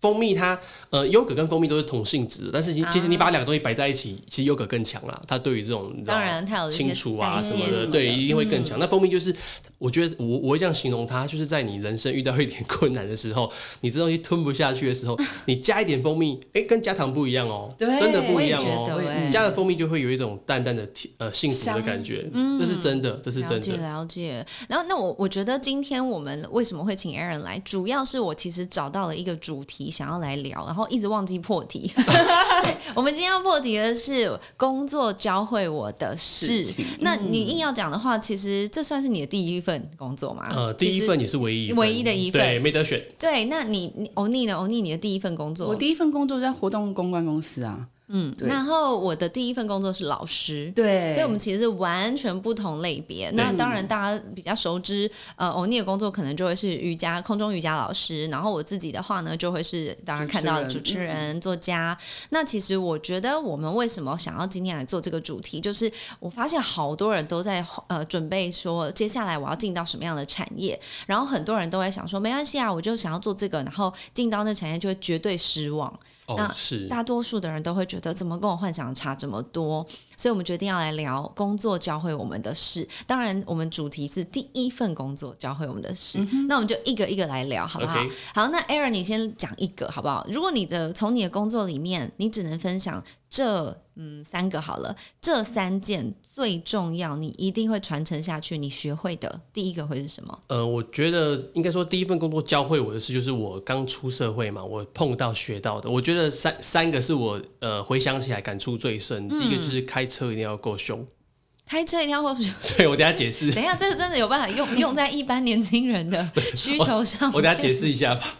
S4: 蜂蜜它呃，优格跟蜂蜜都是同性质的，但是其其实你把两个东西摆在一起，其实优格更强啦。它对于这种你知道
S3: 啊当然它有一些
S4: 清除啊
S3: 代
S4: 什
S3: 谢
S4: 么
S3: 什么的
S4: 的，
S3: 嗯
S4: 对，一定会更强。那蜂蜜就是，我觉得我我会这样形容它，就是在你人生遇到一点 困难的时候，你这东西吞不下去的时候，你加一点蜂蜜，哎、跟加糖不一样哦、
S2: 对
S4: 真的不一样
S3: 我也觉得
S4: 哦、
S3: 欸
S4: 你加了蜂蜜就会有一种淡淡的甜呃幸福的
S2: 香
S4: 感觉，这是真的，这是真
S3: 嗯了解
S4: 的。
S3: 了解。然后，那我我觉得今天我们为什么会请 Aaron 来，主要是我其实找到了一个主题想要来聊，然后一直忘记破 题。对，我们今天要破题的是工作教会我的
S2: 事
S3: 事
S2: 情。
S3: 那你硬要讲的话，其实这算是你的第一份工作吗？
S4: 呃，
S3: 其
S4: 第一
S3: 实
S4: 份也是唯一份
S3: 唯一的一份
S4: 对，没得选。
S3: 对，那你你欧尼呢？欧尼，你的第一份工作，
S2: 我第一份工作在活动公关公司啊，
S3: 嗯，
S2: 对
S3: 然后我的第一份工作是老师。
S2: 对，
S3: 所以，我们其实是完全不同类别。那当然，大家比较熟知，呃，欧尼的工作可能就会是瑜伽、空中瑜伽老师。然后我自己的话呢，就会是大家看到的主
S2: 主
S3: 持
S2: 持人
S3: 人、作家。那其实我觉得，我们为什么想要今天来做这个主题，就是我发现好多人都在呃准备说，接下来我要进到什么样的产业。然后很多人都在想说，没关系啊，我就想要做这个，然后进到那产业就会绝对失望。
S4: 哦
S3: 那，
S4: 是
S3: 大多数的人都会觉得，怎么跟我幻想的差这么多？所以我们决定要来聊工作教会我们的事。当然，我们主题是第一份工作教会我们的事。那我们就一个一个来聊，好不好
S4: 嗯 OK
S3: 好，那 Aaron，你先讲一个好不好？如果你的从你的工作里面，你只能分享这嗯三个好了，这三件最重要，你一定会传承下去，你学会的第一个会是什么？
S4: 呃，我觉得应该说第一份工作教会我的事，就是我刚出社会嘛，我碰到学到的。我觉得三三个是我呃回想起来感触最深。第一个
S3: 嗯
S4: 就是开车一定要够凶，
S3: 开车一定要会。
S4: 所以我等一下解 释，
S3: 等一下，这个真的有办法用用在一般年轻人的需求上
S4: 我等一
S3: 面
S4: 下解释一下 吧。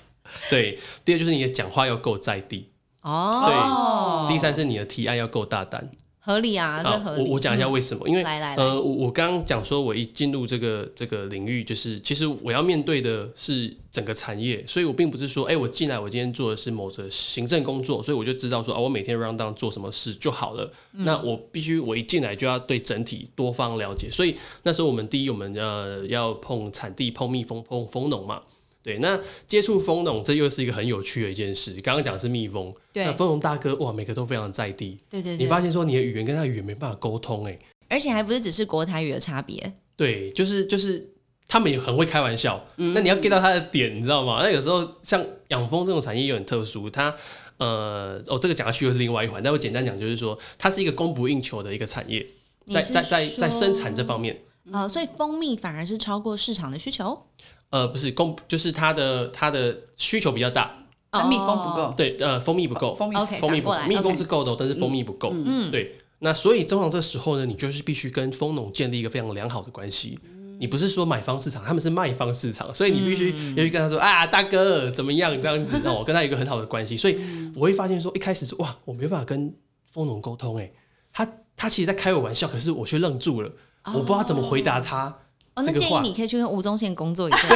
S4: 对，第二就是你的讲话要够在地，
S3: 哦，
S4: 第三是你的提案要够大胆。
S3: 合理啊，这合
S4: 好，我
S3: 理。
S4: 我讲一下为什么，因为
S3: 来来来
S4: 呃，我我刚刚讲说，我一进入这个这个领域，就是其实我要面对的是整个产业，所以我并不是说，哎、我进来我今天做的是某个行政工作，所以我就知道说，啊，我每天 round down 做什么事就好了。
S3: 嗯
S4: 那我必须我一进来就要对整体多方了解，所以那时候我们第一我们呃要碰产地、碰蜜蜂、碰蜂农嘛。对，那接触蜂农，这又是一个很有趣的一件事。刚刚讲的是蜜蜂，
S3: 对
S4: 那蜂农大哥哇，每个都非常在地，
S3: 对对
S4: 你
S3: 对，
S4: 发现说你的语言跟他的语言没办法沟通、欸，哎，
S3: 而且还不是只是国台语的差别，
S4: 对，就是就是他们也很会开玩笑，
S3: 嗯
S4: 那你要 get 到他的点，你知道吗？那有时候像养蜂这种产业又很特殊，它呃哦，这个讲下去又是另外一环，但我简单讲就是说，它是一个供不应求的一个产业，
S3: 你
S4: 在
S3: 是
S4: 在在在
S3: 说
S4: 生产这方面，
S3: 呃，所以蜂蜜反而是超过市场的需求。
S4: 呃，不是供，就是它的它的需求比较大，
S2: 那啊蜜蜂不够，
S4: 对，呃，蜂蜜不够，
S2: 蜂蜜
S3: OK，
S4: 蜂蜜
S3: 反
S4: 不
S3: 过
S4: 够
S3: 来，
S4: 蜜蜂
S3: OK
S4: 是够的哦，但是蜂蜜不够。嗯，对。那所以通常这时候呢，你就是必须跟蜂农建立一个非常良好的关系。你不是说买方市场，他们是卖方市场，所以你必须
S3: 嗯
S4: 要去跟他说、啊，大哥怎么样这样子哦，我跟他有一个很好的关系。所以
S3: 嗯
S4: 我会发现说，一开始是哇，我没办法跟蜂农沟通、欸，他他其实在开我玩笑，可是我却愣住了，我不知道怎么回答他。
S3: 哦，那
S4: 这个
S3: 建议
S4: 话。
S3: 你可以去跟吴宗宪工作一下，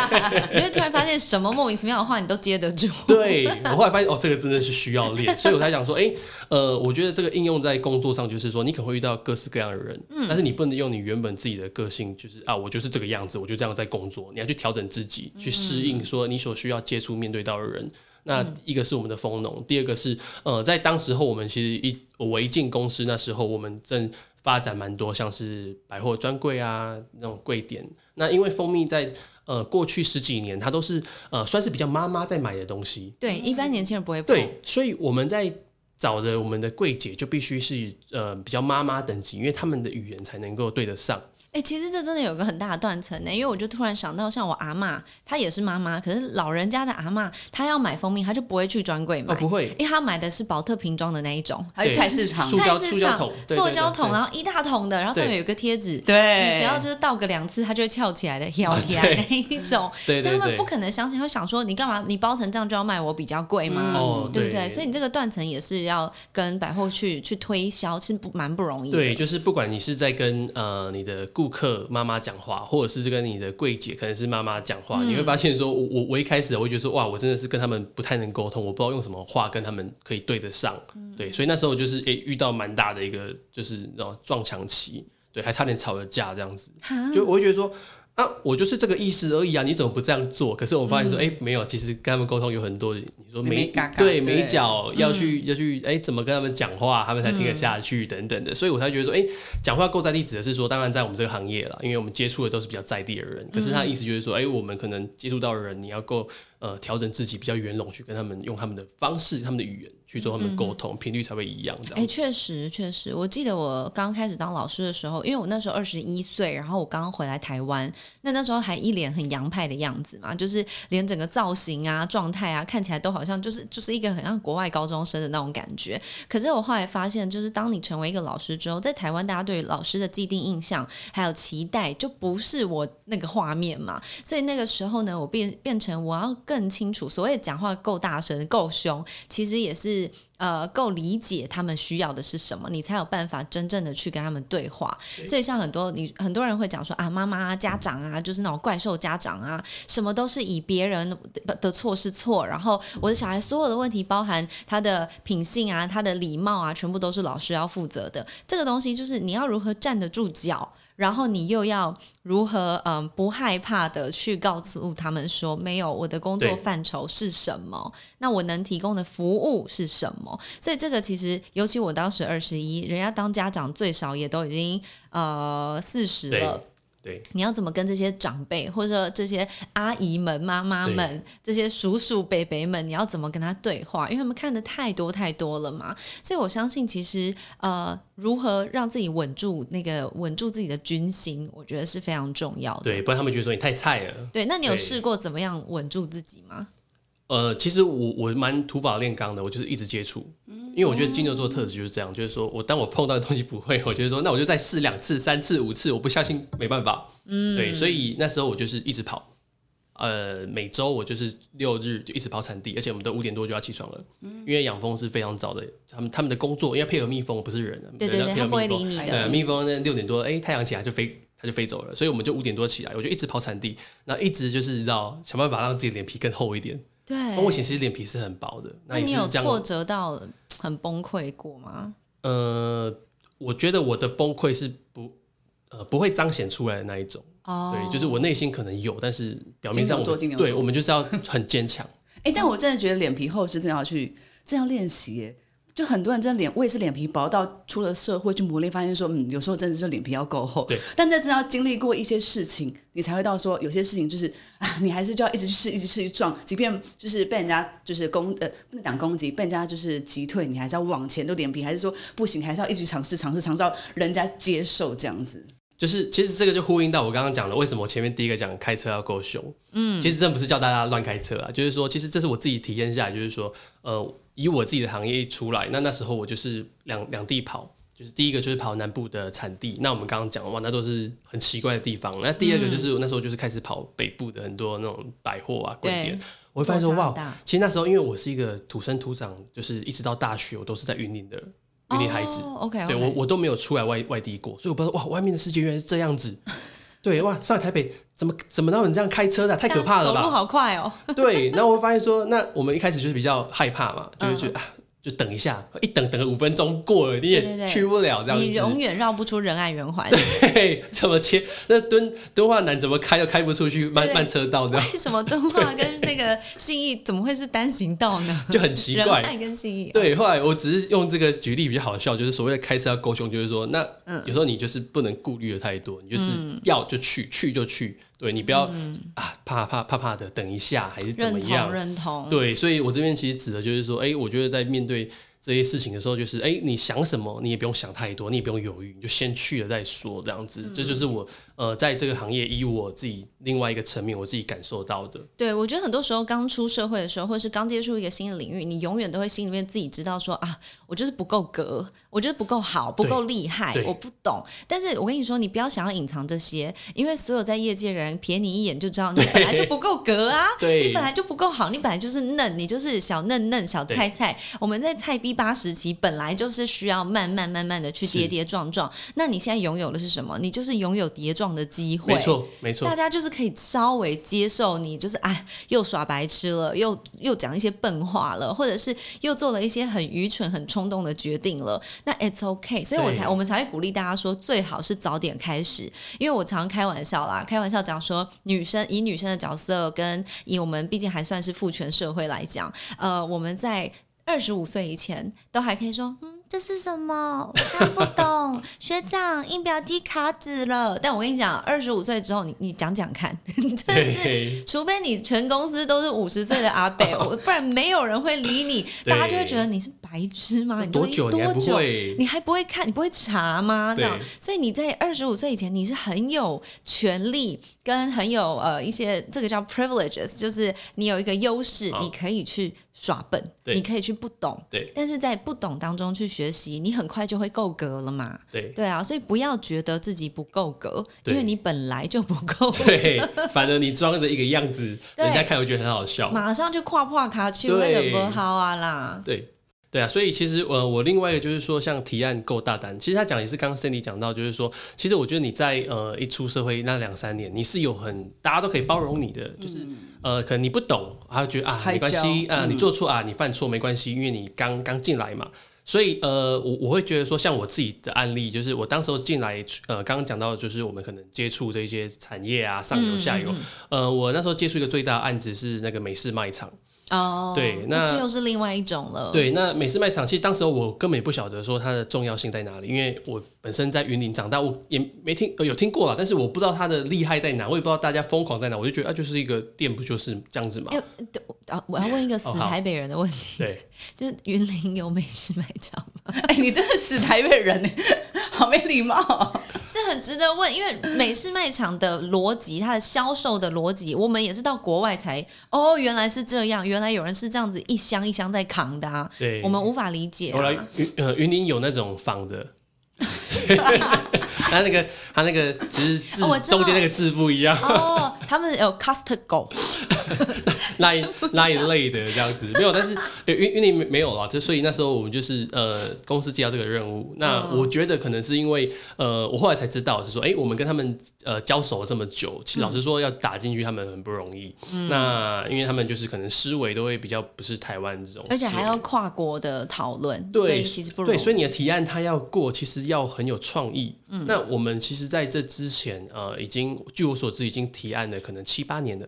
S3: 你会突然发现什么莫名其妙的话你都接得住。
S4: 对我后来发现哦，这个真的是需要练，所以我才想说，哎、呃，我觉得这个应用在工作上，就是说你可能会遇到各式各样的人，但是你不能用你原本自己的个性，就是啊，我就是这个样子，我就这样在工作，你要去调整自己，去适应说你所需要接触面对到的人。那一个是我们的蜂农，第二个是呃，在当时候我们其实一我一进公司那时候，我们正发展蛮多像是百货专柜啊那种柜点。那因为蜂蜜在呃过去十几年，它都是呃算是比较妈妈在买的东西，
S3: 对，一般年轻人不会碰。
S4: 对，所以我们在找的我们的柜姐就必须是呃比较妈妈等级，因为他们的语言才能够对得上。
S3: 哎、其实这真的有个很大的断层呢，因为我就突然想到，像我阿嬷，她也是妈妈，可是老人家的阿嬷，她要买蜂蜜，她就不会去专柜买，
S4: 哦，不会，
S3: 因为她买的是保特瓶装的那一种，
S2: 还有菜市场
S4: 对，塑胶
S3: 菜市
S4: 塑胶
S3: 场
S4: 桶对对
S3: 塑
S4: 对
S3: 胶桶，
S4: 对
S3: 然后一大桶的，然后上面
S4: 对
S3: 有一个贴纸。
S2: 对，
S3: 你只要就是倒个两次，它就会翘起来 的，摇起来那一种，
S4: 对
S3: 所以他
S4: 对
S3: 们
S4: 对
S3: 不。可能相信，会想说你干嘛？你包成这样就要卖我比较贵吗？
S4: 哦，
S3: 对不对？所以你这个断层也是要跟百货去去推销，是不蛮不容易的。
S4: 对，就是不管你是在跟呃你的顾客妈妈讲话，或者是跟你的柜姐可能是妈妈讲话，
S3: 嗯
S4: 你会发现说，我我我一开始我会觉得说，哇，我真的是跟他们不太能沟通，我不知道用什么话跟他们可以对得上。
S3: 嗯
S4: 对，所以那时候就是诶、遇到蛮大的一个就是那种撞墙期，对，还差点吵了架这样子。
S3: 哈
S4: 就我会觉得说。啊，我就是这个意思而已啊！你怎么不这样做？可是我发现说，哎、没有，其实跟他们沟通有很多，你说
S2: 眉眉
S4: 眉
S2: 嗯嘎嘎对
S4: 对
S2: 嗯
S4: 眉角要去、要去，哎、怎么跟他们讲话，他们才听得下去、等等的，所以我才觉得说，哎、讲话够在地，指的是说，当然在我们这个行业啦，因为我们接触的都是比较在地的人。可是他的意思就是说，哎、我们可能接触到的人，你要够呃调整自己比较圆融，去跟他们用他们的方式、他们的语言去做他
S2: 嗯
S4: 们的沟通，频、率才会一样这
S3: 哎、
S4: 样。
S3: 确实确实，我记得我刚开始当老师的时候，因为我那时候二十一岁，然后我刚刚回来台湾，那那时候还一脸很洋派的样子嘛，就是连整个造型啊、状态啊，看起来都好像就是就是一个很像国外高中生的那种感觉。可是我后来发现，就是当你成为一个老师之后，在台湾大家对于老师的既定印象还有期待，就不是我那个画面嘛。所以那个时候呢，我变变成我要更清楚，所谓讲话够大声、够凶，其实也是是呃够理解他们需要的是什么，你才有办法真正的去跟他们对话。所以像很多你很多人会讲说啊，妈妈啊、家长啊，就是那种怪兽家长啊，什么都是以别人的的错是错，然后我的小孩所有的问题，包含他的品性啊、他的礼貌啊，全部都是老师要负责的。这个东西就是你要如何站得住脚，然后你又要如何嗯不害怕的去告诉他们说，没有我的工作
S4: 对
S3: 范畴是什么，那我能提供的服务是什么？所以这个其实，尤其我当时二十一，人家当家长最少也都已经呃四十
S4: 对
S3: 了。
S4: 对，
S3: 你要怎么跟这些长辈，或者说这些阿姨们、妈妈们这
S4: 对、
S3: 些叔叔、伯伯们，你要怎么跟他对话？因为他们看的太多太多了嘛。所以我相信，其实呃，如何让自己稳住那个稳住自己的军心，我觉得是非常重要的。
S4: 对，不然他们觉得说你太菜了。
S3: 对那你有
S4: 对
S3: 试过怎么样稳住自己吗？
S4: 呃，其实我我蛮土法炼钢的，我就是一直接触，
S3: 嗯
S4: 因为我觉得金牛座的特质就是这样，就是说我当我碰到的东西不会，我觉得说那我就再试两次、三次、五次，我不相信没办法，嗯，对，所以那时候我就是一直跑，呃，每周我就是六日就一直跑产地，而且我们都五点多就要起床了，
S3: 嗯
S4: 因为养蜂是非常早的，他们他们的工作因为配合蜜蜂不是人，
S3: 对对
S4: 人
S3: 对，
S4: 要配
S3: 他
S4: 合
S3: 不会
S4: 蜜
S3: 理
S4: 蜂
S3: 你的。
S4: 呃，蜜蜂呢六点多，哎、太阳起来就飞，它就飞走了，所以我们就五点多起来，我就一直跑产地，然后一直就是你知道想办法让自己脸皮更厚一点。
S3: 对，
S2: 哎
S4: 那我以前其实脸皮是很薄的，
S3: 那
S4: 也
S3: 你
S4: 是
S3: 有
S4: 这
S3: 挫
S4: 样。哦
S3: 折到很崩溃过吗？
S4: 呃，我觉得我的崩溃是不呃不会彰显出来的那一种，
S3: 哦，
S4: 对，就是我内心可能有，但是表面
S2: 金
S4: 上
S2: 牛
S4: 我
S2: 座
S4: 们
S2: 金牛
S4: 对
S2: 座
S4: 我们就是要很坚强。
S2: 哎、但我真的觉得脸皮厚是真的要去这样练习耶。就很多人真的脸，我也是脸皮薄到出了社会去磨练，发现说，嗯，有时候真的是脸皮要够厚。
S4: 对。
S2: 但那真的要经历过一些事情，你才会到说，有些事情就是啊，你还是就要一直去试，一直去撞，即便就是被人家就是攻呃，不能讲攻击，被人家就是击退，你还是要往前，就脸皮还是说不行，还是要一直尝试，尝试，尝试到人家接受这样子。
S4: 就是其实这个就呼应到我刚刚讲了，为什么我前面第一个讲开车要够凶？嗯，其实真不是叫大家乱开车啊，就是说，其实这是我自己体验下来，就是说，呃，以我自己的行业一出来，那那时候我就是两两地跑。就是第一个就是跑南部的产地，那我们刚刚讲哇，那都是很奇怪的地方。那第二个就是、那时候就是开始跑北部的很多那种百货啊、
S3: 对
S4: 柜店，我会发现说
S3: 落差
S4: 哇
S3: 很大，
S4: 其实那时候因为我是一个土生土长，就是一直到大学我都是在云林的云林孩子，
S3: o k
S4: 对我我都没有出来外外地过，所以我不知道哇，外面的世界原来是这样子。对哇，上海台北怎么怎么让人这样开车的啊、太可怕了
S3: 走路
S4: 吧？
S3: 好快哦。
S4: 对，然后我会发现说，那我们一开始就是比较害怕嘛，就是觉得、啊，就等一下，一等等个五分钟过了，
S3: 嗯
S4: 你
S3: 对对
S4: 也
S3: 对
S4: 去不了这样子。
S3: 你永 远绕不出仁爱圆环。
S4: 嘿，怎么切？那敦敦化南怎么开又开不出去，慢
S3: 对
S4: 慢车道这样
S3: 为什么敦化跟那个信义怎么会是单行道呢？
S4: 就很 奇
S3: 仁
S4: 怪。
S3: 爱跟信义，
S4: 对，后来我只是用这个举例比较好笑，就是所谓的开车要够凶，就是说，那
S3: 嗯
S4: 有时候你就是不能顾虑的太多，你就是要就去，去就去，对你不要、啊怕怕怕怕的，等一下还是怎么
S3: 嗯认同
S4: 样？
S3: 认同。
S4: 对，所以我这边其实指的就是说，哎、我觉得在面对这些事情的时候，就是哎、你想什么，你也不用想太多，你也不用犹豫，你就先去了再说，这样子，
S3: 嗯
S4: 这就是我呃在这个行业以我自己另外一个层面我自己感受到的。
S3: 对，我觉得很多时候刚出社会的时候，或是刚接触一个新的领域，你永远都会心里面自己知道说啊，我就是不够格，我就是不够好，不够厉害
S4: 对，
S3: 我不懂。但是我跟你说，你不要想要隐藏这些，因为所有在业界的人瞥你一眼就知道你本来就不够格啊，
S4: 对
S3: 你本来就不够好，你本来就是嫩，你就是小嫩嫩、小菜菜。我们在菜逼八时期本来就是需要慢慢慢慢的去跌
S4: 是
S3: 跌撞撞。那你现在拥有的是什么？你就是拥有跌撞的机会，
S4: 没错，没错
S3: 大，家就是可以稍微接受你，就是哎，又耍白痴了，又又讲一些笨话了，或者是又做了一些很愚蠢、很冲动的决定了。那 it's okay，所以我才
S4: 对
S3: 我们才会鼓励大家说，最好是早点开始。因为我常开玩笑啦，开玩笑讲说，女生以女生的角色跟以我们毕竟还算是父权社会来讲，呃，我们在二十五岁以前都还可以说，嗯，这是什么？我看不懂。学长，印表机卡纸了。但我跟你讲，二十五岁之后，你你讲讲看， 你真的是。
S4: 对
S3: 除非你全公司都是五十岁的阿伯， 我不然没有人会理你，
S4: 对
S3: 大家就会觉得你是白痴吗？你都
S4: 多
S3: 已
S4: 久
S3: 经
S4: 你还
S3: 多
S4: 不
S3: 久？
S4: 会？
S3: 你还不会看，你不会查吗？这
S4: 对
S3: 样，所以你在二十五岁以前，你是很有权利跟很有呃一些这个叫 privileges，就是你有一个优势，
S4: 啊
S3: 你可以去耍笨，
S4: 对
S3: 你可以去不懂，
S4: 对
S3: 但是在不懂当中去学习，你很快就会够格了嘛。
S4: 对。
S3: 对啊，所以不要觉得自己不够格，
S4: 对
S3: 因为你本来就不够，
S4: 对，反而你装着一个样子，
S3: 对
S4: 人家看我觉得很好笑。
S3: 马上就跨跨卡去
S4: 对
S3: 为了不好啊啦。
S4: 对，对啊，所以其实呃，我另外一个就是说，像提案够大胆，其实他讲也是刚刚 Cindy 讲到，就是说，其实我觉得你在呃一出社会那两三年，你是有很大家都可以包容你的，就是、呃，可能你不懂，他就觉得啊
S2: 还
S4: 没关系
S2: 教
S4: 啊，你做错啊，你犯错没关系，因为你刚刚进来嘛。所以，呃，我我会觉得说，像我自己的案例，就是我当时候进来，呃，刚刚讲到，就是我们可能接触这些产业啊，上游、下游，呃，我那时候接触一个最大的案子是那个美式卖场，
S3: 哦，
S4: 对那
S3: 这又是另外一种了。，
S4: 对，那美式卖场其实当时我根本也不晓得说它的重要性在哪里，因为我本身在云林长大，我也没听、呃有听过啦，但是我不知道它的厉害在哪，我也不知道大家疯狂在哪，我就觉得啊，就是一个店不就是这样子嘛
S3: 哎。啊，我要问一个死
S4: 哦好
S3: 台北人的问题，
S4: 对，
S3: 就是云林有美食卖场吗？
S2: 哎、你真的死台北人呢， 好没礼貌哦、
S3: 这很值得问，因为美式卖场的逻辑，它的销售的逻辑，我们也是到国外才哦，原来是这样，原来有人是这样子一箱一箱在扛的啊，
S4: 对
S3: 我们无法理解、
S4: 后来
S3: 啊。
S4: 云呃云林有那种仿 的。他那个，他那个只是字、
S3: 哦我知道
S4: 中间那个字不一样，
S3: 哦，他们有 Costco，
S4: 那一那一类的这样子，没有，但是呃因因为没没有啊，就所以那时候我们就是呃公司接到这个任务，那
S3: 嗯
S4: 我觉得可能是因为呃我后来才知道是说，哎、我们跟他们呃交手了这么久，其实
S3: 嗯
S4: 老实说要打进去他们很不容易，那因为他们就是可能思维都会比较不是台湾这种思维，
S3: 而且还要跨国的讨论，所
S4: 对，
S3: 以其实不容易。嗯
S4: 对，所以你的提案它要过，其实要很有创意。那我们其实在这之前，呃，已经据我所知已经提案了可能七八年了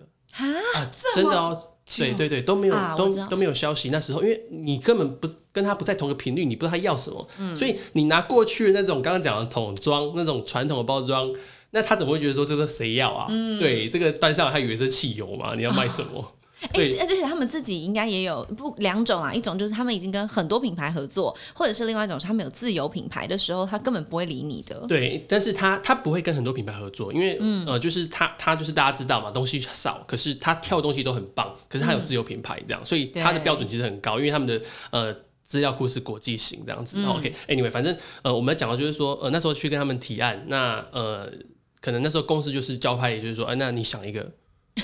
S4: 啊，真的哦。对对对，都没有、
S3: 啊我
S4: 都
S3: 知道
S4: 都没有消息。那时候，因为你根本不是跟他不在同个频率，你不知道他要什么，
S3: 嗯
S4: 所以你拿过去的那种刚刚讲的桶装那种传统的包装，那他怎么会觉得说这个谁要啊？
S3: 嗯
S4: 对，这个端上来他以为是汽油嘛，你要卖什么？对
S3: 哎，而且他们自己应该也有不两种啊，一种就是他们已经跟很多品牌合作，或者是另外一种是他们有自有品牌的时候，他根本不会理你的。嗯
S4: 对，但是他他不会跟很多品牌合作，因为、呃，就是他他就是大家知道嘛，东西少，可是他跳的东西都很棒，可是他有自有品牌这样，所以他的
S3: 嗯对嗯
S4: 标准其实很高，因为他们的呃。资料库是国际型这样子、o k a n y w a y 反正呃，我们要讲到就是说，呃，那时候去跟他们提案，那呃，可能那时候公司就是交派，就是说，哎、那你想一个，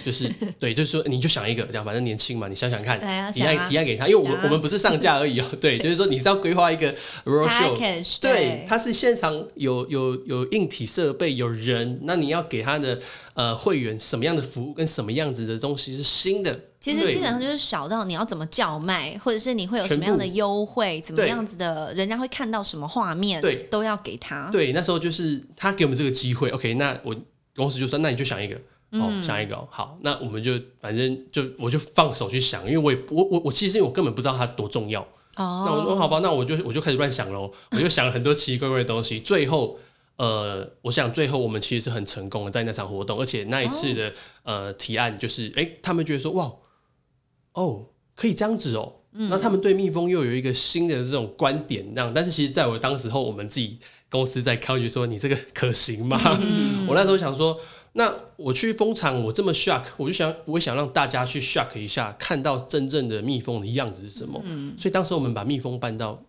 S4: 就是 对，就是说你就想一个，这样，反正年轻嘛，你想想看，
S3: 来啊
S4: 提
S3: 想
S4: 案
S3: 啊
S4: 提案给他，因为我们
S3: 想啊
S4: 我们不是上架而已哦、 对，就是说你是要规划一个 roadshow，
S3: Package，
S4: 对
S3: 对，
S4: 它是现场有有有硬体设备，有人，那你要给他的呃会员什么样的服务跟什么样子的东西是新的？
S3: 其实基本上就是少到你要怎么叫卖，或者是你会有什么样的优惠，怎么样子的，人家会看到什么画面，
S4: 对
S3: 都要给他。
S4: 对，那时候就是他给我们这个机会，OK，那我公司就说，那你就想一个。哦，
S3: 嗯
S4: 想一个、哦、好，那我们就反正就我就放手去想，因为我也我我我其实因为我根本不知道它多重要，那我
S3: 哦，
S4: 说好吧，那我就我就开始乱想喽，我就想了很多奇奇怪怪的东西。最后，呃，我想最后我们其实是很成功的在那场活动，而且那一次的、呃提案就是，哎、他们觉得说哇，哦，可以这样子哦。那他们对蜜蜂又有一个新的这种观点，这样。但是其实，在我当时候，我们自己公司在考虑说，你这个可行吗？ 我那时候想说，那我去蜂场，我这么 shock，我就想，我想让大家去 shock 一下，看到真正的蜜蜂的样子是什么。
S3: 嗯
S4: 所以当时我们把蜜蜂搬到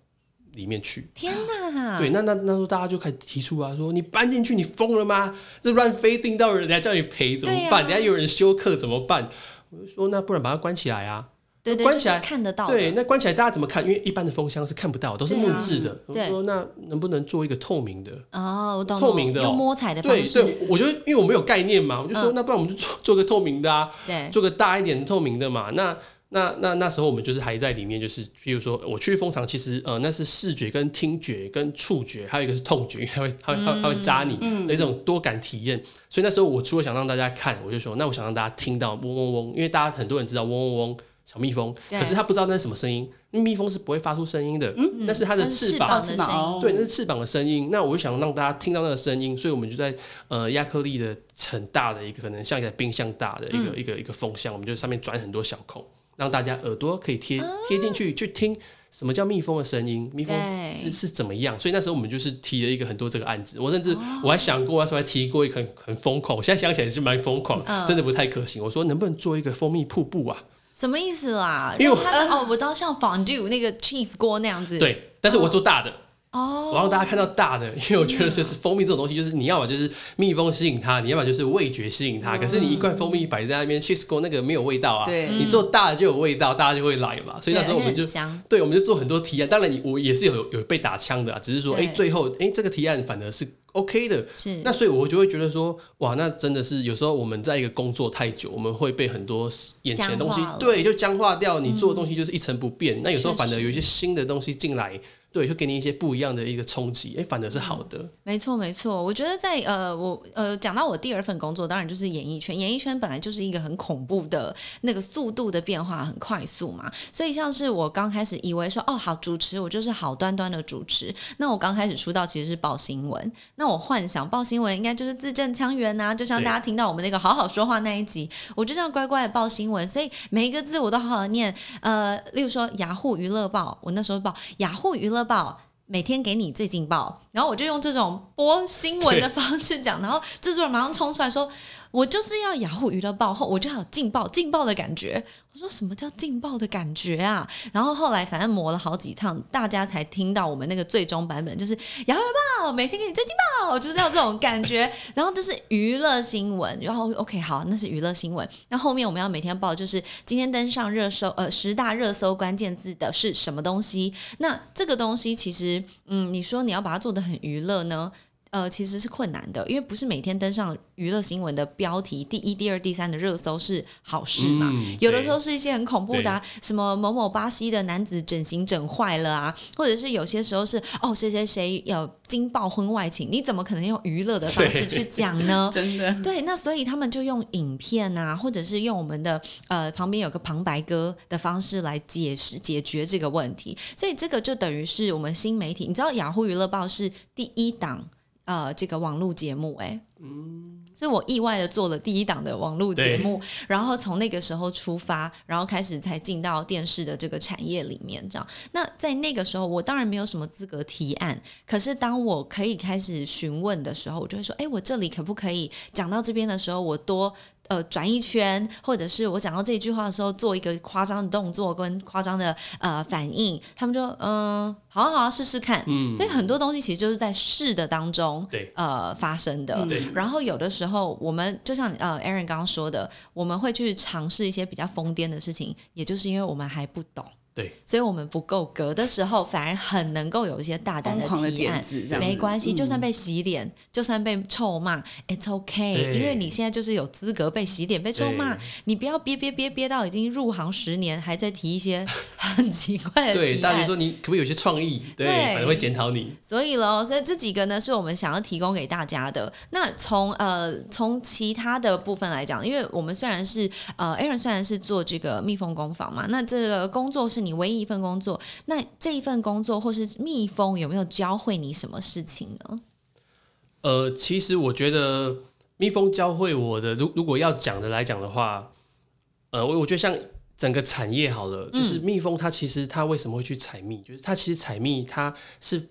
S4: 里面去，
S3: 天哪！
S4: 对，那那那时候大家就开始提出啊，说你搬进去你疯了吗？这乱飞叮到人，人家叫你赔怎么
S3: 对啊
S4: 办？人家有人休克怎么办？我就说那不然把它关起来啊。
S3: 对对，
S4: 关
S3: 就
S4: 起来
S3: 是看得到的。
S4: 对，那关起来大家怎么看？因为一般的蜂箱是看不到，都是木质的。我
S3: 对
S4: 说那能不能做一个透明的？
S3: 哦，我懂。
S4: 透明的哦
S3: 用摸彩的方
S4: 对
S3: 式。
S4: 对，我觉得因为我没有概念嘛，我就
S3: 嗯
S4: 说那不然我们就做做个透明的啊。
S3: 对，
S4: 做个大一点透明的嘛。那那那那时候我们就是还在里面，就是譬如说我去蜂场，其实呃那是视觉跟听觉跟触觉，还有一个是痛觉，因为它会它会它会它会扎你的一种多感体验。所以那时候我除了想让大家看，我就说那我想让大家听到嗡嗡嗡，因为大家很多人知道嗡嗡嗡。小蜜蜂，
S3: 对
S4: 可是他不知道那是什么声音。蜜蜂是不会发出声音的，那是它的
S3: 但是
S4: 翅
S3: 嗯翅
S4: 膀
S3: 膀
S2: 哦翅
S3: 的
S2: 膀
S3: 声音。
S4: 对，那是翅膀的声音。那我就想让大家听到那个声音，所以我们就在呃亚克力的很大的一个可能像一台冰箱大的一个、一个一个风箱，我们就上面钻很多小孔，让大家耳朵可以贴贴进去去听什么叫蜜蜂的声音，蜜蜂
S3: 对
S4: 是是怎么样。所以那时候我们就是提了一个很多这个案子，我甚至我还想过，那时候还提过一个很很疯狂，我现在想起来是蛮疯狂，真的不太可行。我说能不能做一个蜂蜜瀑布啊？
S3: 什么意思啦？
S4: 因为我
S3: 让它哦，我到像 fondue 那个 cheese 锅那样子。
S4: 对，但是我做大的。
S3: 哦，
S4: 我让大家看到大的，因为我觉得就是蜂蜜这种东西，就是你要么就是蜜蜂吸引它，你要么就是味觉吸引它。
S3: 嗯
S4: 可是你一罐蜂蜜摆在那边，Chisco 那个没有味道啊，
S2: 对
S4: 你做大的就有味道，大家就会来嘛。所以那时候我们
S3: 对而且
S4: 就
S3: 很香
S4: 对，我们就做很多提案。当然你，我也是有有被打枪的、啊，只是说，哎、
S3: 对
S4: 最后哎、这个提案反而是 OK 的。
S3: 是
S4: 那所以我就会觉得说，哇，那真的是有时候我们在一个工作太久，我们会被很多眼前的东西
S3: 僵化了
S4: 对就僵化掉，你做的东西就是一成不变。那有时候
S3: 确
S4: 反而
S3: 实
S4: 有一些新的东西进来，对，会给你一些不一样的一个冲击，哎，反而是好的。
S3: 没错，没错。我觉得在呃，我呃，讲到我第二份工作，当然就是演艺圈。演艺圈本来就是一个很恐怖的那个速度的变化，很快速嘛。所以像是我刚开始以为说，哦，好主持，我就是好端端的主持。那我刚开始出道其实是报新闻，那我幻想报新闻应该就是字正腔圆啊，就像
S4: 对
S3: 大家听到我们那个好好说话那一集，我就这样乖乖的报新闻，所以每一个字我都好好的念。呃，例如说雅虎娱乐报，我那时候报雅虎娱乐报。每天给你最劲爆，然后我就用这种播新闻的方式讲，然后制作人马上冲出来说：“我就是要雅虎娱乐报后，我就要有劲爆劲爆的感觉。”我说：“什么叫劲爆的感觉啊？”然后后来反正磨了好几趟，大家才听到我们那个最终版本，就是雅虎娱乐报每天给你最劲爆，就是要这种感觉。然后这是娱乐新闻，然后 OK 好，那是娱乐新闻。那后面我们要每天报，就是今天登上热搜呃十大热搜关键字的是什么东西？那这个东西其实，嗯，你说你要把它做的很娱乐呢？呃，其实是困难的，因为不是每天登上娱乐新闻的标题第一、第二、第三的热搜是好事嘛？
S4: 嗯
S3: 有的时候是一些很恐怖的、啊，什么某某巴西的男子整形整坏了啊，或者是有些时候是哦谁谁谁有惊爆婚外情，你怎么可能用娱乐的方式去讲呢？
S2: 真的
S3: 对，那所以他们就用影片啊，或者是用我们的呃旁边有个旁白歌的方式来解释解决这个问题。所以这个就等于是我们新媒体，你知道雅虎娱乐报是第一档呃这个网络节目、欸，哎，嗯，所以我意外的做了第一档的网络节目，然后从那个时候出发，然后开始才进到电视的这个产业里面，这样。那在那个时候，我当然没有什么资格提案，可是当我可以开始询问的时候，我就会说：“哎，我这里可不可以讲到这边的时候，我多呃转一圈，或者是我讲到这一句话的时候，做一个夸张的动作跟夸张的呃反应？”他们就嗯、好啊好啊，试试看。嗯，所以很多东西其实就是在试的当中，
S4: 对
S3: 呃发生的。
S4: 对
S2: 嗯
S3: 然后有的时候我们就像呃 Aaron 刚刚说的，我们会去尝试一些比较疯癫的事情，也就是因为我们还不懂。
S4: 对，
S3: 所以我们不够格的时候，反而很能够有一些大胆
S2: 疯狂的
S3: 提案
S2: 点。子这样子，嗯
S3: 没关
S4: 嗯
S3: 系，就算被洗脸，就算被臭骂，it's okay，
S4: 对
S3: 因为你现在就是有资格被洗脸、被臭骂
S4: 对，
S3: 你不要憋憋憋憋到已经入行十年，还在提一些很奇 怪的
S4: 对，
S3: 提
S4: 大家
S3: 案
S4: 就。说你可不可以有一些创意？对，
S3: 对
S4: 反正会检讨你。
S3: 所以喽，所以这几个呢是我们想要提供给大家的。那从呃从其他的部分来讲，因为我们虽然是呃 Aaron 虽然是做这个蜜蜂工坊嘛，那这个工作是你唯一一份工作，那这一份工作或是蜜蜂有没有教会你什么事情呢？
S4: 呃，其实我觉得蜜蜂教会我的，如如果要讲的来讲的话，呃，我我觉得像整个产业好了，
S3: 嗯
S4: 就是蜜蜂它其实它为什么会去采蜜，就是它其实采蜜它是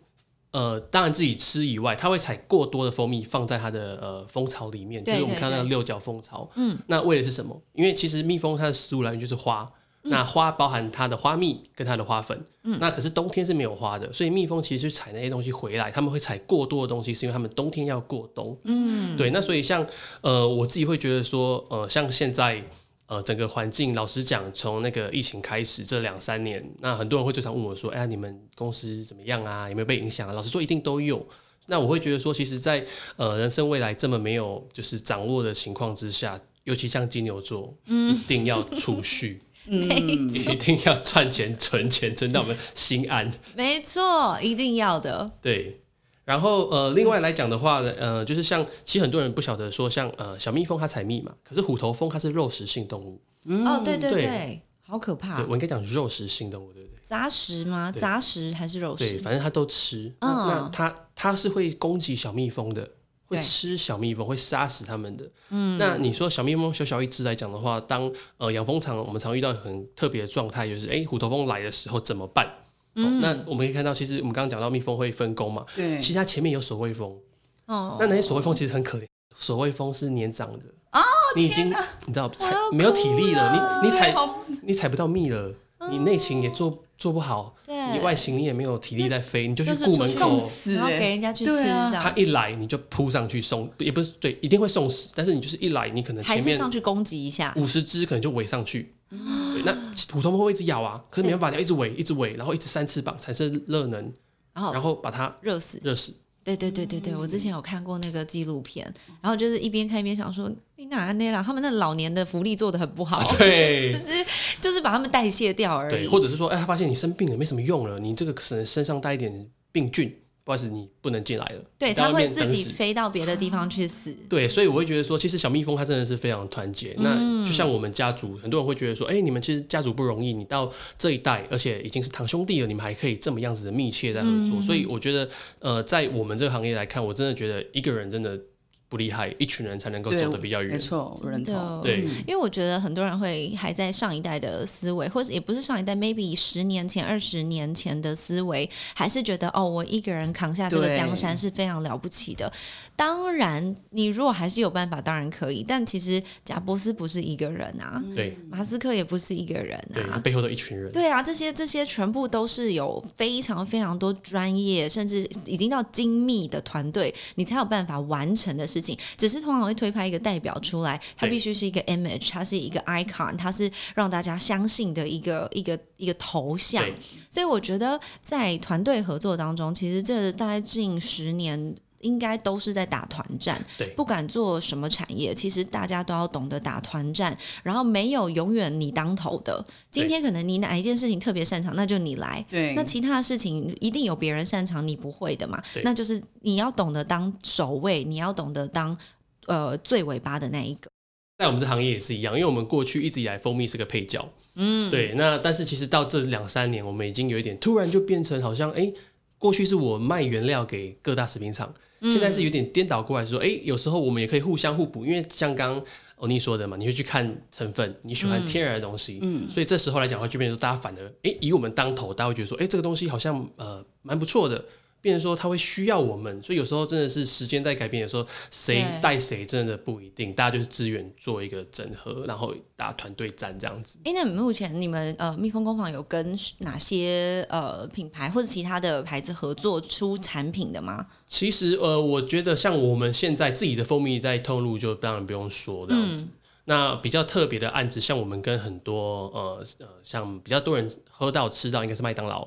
S4: 呃，当然自己吃以外，它会采过多的蜂蜜放在它的呃蜂巢里面，就
S3: 对
S4: 是我们看到
S3: 对对
S4: 六角蜂巢。嗯，那为的是什么？因为其实蜜蜂它的食物来源就是花。
S3: 嗯
S4: 那花包含它的花蜜跟它的花粉，嗯，那可是冬天是没有花的，所以蜜蜂其实去采那些东西回来，他们会采过多的东西，是因为他们冬天要过冬，嗯，对。那所以像呃，我自己会觉得说，呃，像现在呃整个环境，老实讲，从那个疫情开始这两三年，那很多人会最常问我说，哎呀，你们公司怎么样啊？有没有被影响、啊？老实说，一定都有。那我会觉得说，其实在，呃人生未来这么没有就是掌握的情况之下，尤其像金牛座，一定要储蓄。嗯
S3: 没
S4: 一定要赚钱、存钱，存到我们心安。
S3: 没错，一定要的。
S4: 对，然后呃，另外来讲的话呢，呃，就是像其实很多人不晓得说像，呃小蜜蜂它采蜜嘛，可是虎头蜂它是肉食性动物。
S3: 哦，对对
S4: 嗯对
S3: 对，好可怕
S4: 对，，我应该讲肉食性动物，对不对？
S3: 杂食吗？
S4: 对
S3: 杂食还是肉
S4: 对，
S3: 食？
S4: 反正它都吃。那
S3: 嗯
S4: 那它它是会攻击小蜜蜂的。会
S3: 对
S4: 吃小蜜蜂，会杀死它们的。嗯，那你说小蜜蜂小小一只来讲的话，当呃养蜂场我们常遇到很特别的状态，就是哎虎头蜂来的时候怎么办？哦
S3: 嗯
S4: 那我们可以看到，其实我们刚刚讲到蜜蜂会分工嘛，
S2: 对，
S4: 其实它前面有守卫蜂，
S3: 哦
S4: 那，那些守卫蜂其实很可怜，守卫蜂是年长的哦，你已经你知道踩没有体力了，你你踩你踩不到蜜了，你内勤也做做不好，
S3: 嗯对
S4: 你外勤你也没有体力在飞，你就去
S3: 就是
S4: 顾门
S3: 出
S2: 送。
S4: 口
S2: 死
S3: 然后给
S2: 欸，
S3: 人家去吃
S2: 对
S3: 这
S2: 啊
S4: 他
S3: 样，
S4: 一来你就扑上去送，也不是对，一定会送死。但是你就是一来，你可能
S3: 还
S4: 前
S3: 是
S4: 面嗯
S3: 上去攻击一下，
S4: 五十只可能就围上 去。对，那普通猫会一直咬啊，可是没办法，你要一直围，一直围，然后一直扇翅膀，产生热能，
S3: 然后
S4: 然后把它
S3: 热死。
S4: 热死。
S3: 对对对对对，
S2: 嗯
S3: 我之前有看过那个纪录片，然后就是一边看一边想说，你哪安内啦，他们那老年的福利做的很不好，
S4: 啊 对
S3: 就，是就是把他们代谢掉而
S4: 对，
S3: 已。
S4: 或者是说，哎、他发现你生病了，没什么用了，你这个可能身上带一点病菌，不好意思，你不能进来了。
S3: 对，
S4: 你在
S3: 他
S4: 外
S3: 会
S4: 面
S3: 自
S4: 等
S3: 己
S4: 死
S3: 飞到别的地方去死。
S4: 对，所以我会觉得说，其实小蜜蜂它真的是非常团结。
S3: 嗯
S4: 那就像我们家族，很多人会觉得说，哎、你们其实家族不容易，你到这一代，而且已经是堂兄弟了，你们还可以这么样子的密切在合作。
S3: 嗯
S4: 所以我觉得，呃，在我们这个行业来看，我真的觉得一个人真的不厉害，一群人才能够
S2: 对
S4: 走得比较
S2: 没
S4: 远。
S2: 错，我认
S3: 哦
S2: 同。
S4: 对，
S3: 因为我觉得很多人会还在上一代的思维，或者也不是上一代，maybe 十年前、二十年前的思维，还是觉得哦，我一个人扛下这个
S2: 对
S3: 江山是非常了不起的。当然，你如果还是有办法，当然可以。但其实贾伯斯不是一个人啊，
S4: 对
S3: 马斯克也不是一个人
S4: 嗯对，
S3: 啊。
S4: 背后的一群人。
S3: 对啊，这些这些全部都是有非常非常多专业，甚至已经到精密的团队，你才有办法完成的事情。只是通常会推派一个代表出来，他
S4: 对
S3: 必须是一个 image，他是一个 icon，他是让大家相信的一个一个一个头像
S4: 对。
S3: 所以我觉得在团队合作当中，其实这大概近十年。应该都是在打团战
S4: 对，
S3: 不管做什么产业，其实大家都要懂得打团战，然后没有永远你当头的。今天可能你哪一件事情特别擅长，那就你来。
S2: 对，
S3: 那其他的事情一定有别人擅长你不会的嘛
S4: 对？
S3: 那就是你要懂得当守卫，你要懂得当呃最尾巴的那一个。
S4: 在我们这行业也是一样，因为我们过去一直以来蜂蜜是个配角，嗯，对。那但是其实到这两三年，我们已经有一点突然就变成好像，哎、过去是我卖原料给各大食品厂，现在是有点颠倒过来说，哎、有时候我们也可以互相互补，因为像刚刚欧尼说的嘛，你会去看成分，你喜欢天然的东西，嗯，所以这时候来讲的话，就变成说大家反而，哎、以我们当头，大家会觉得说，哎、这个东西好像呃蛮不错的。变成说他会需要我们，所以有时候真的是时间在改变的时候，谁
S3: 对
S4: 带谁真的不一定，大家就是资源做一个整合，然后打团队战这样子。
S3: 哎，那目前你们呃蜜蜂工坊有跟哪些呃品牌或者其他的牌子合作出产品的吗？
S4: 其实呃，我觉得像我们现在自己的蜂蜜在通路，就当然不用说这样子。那比较特别的案子，像我们跟很多呃呃，像比较多人喝到吃到，应该是麦当劳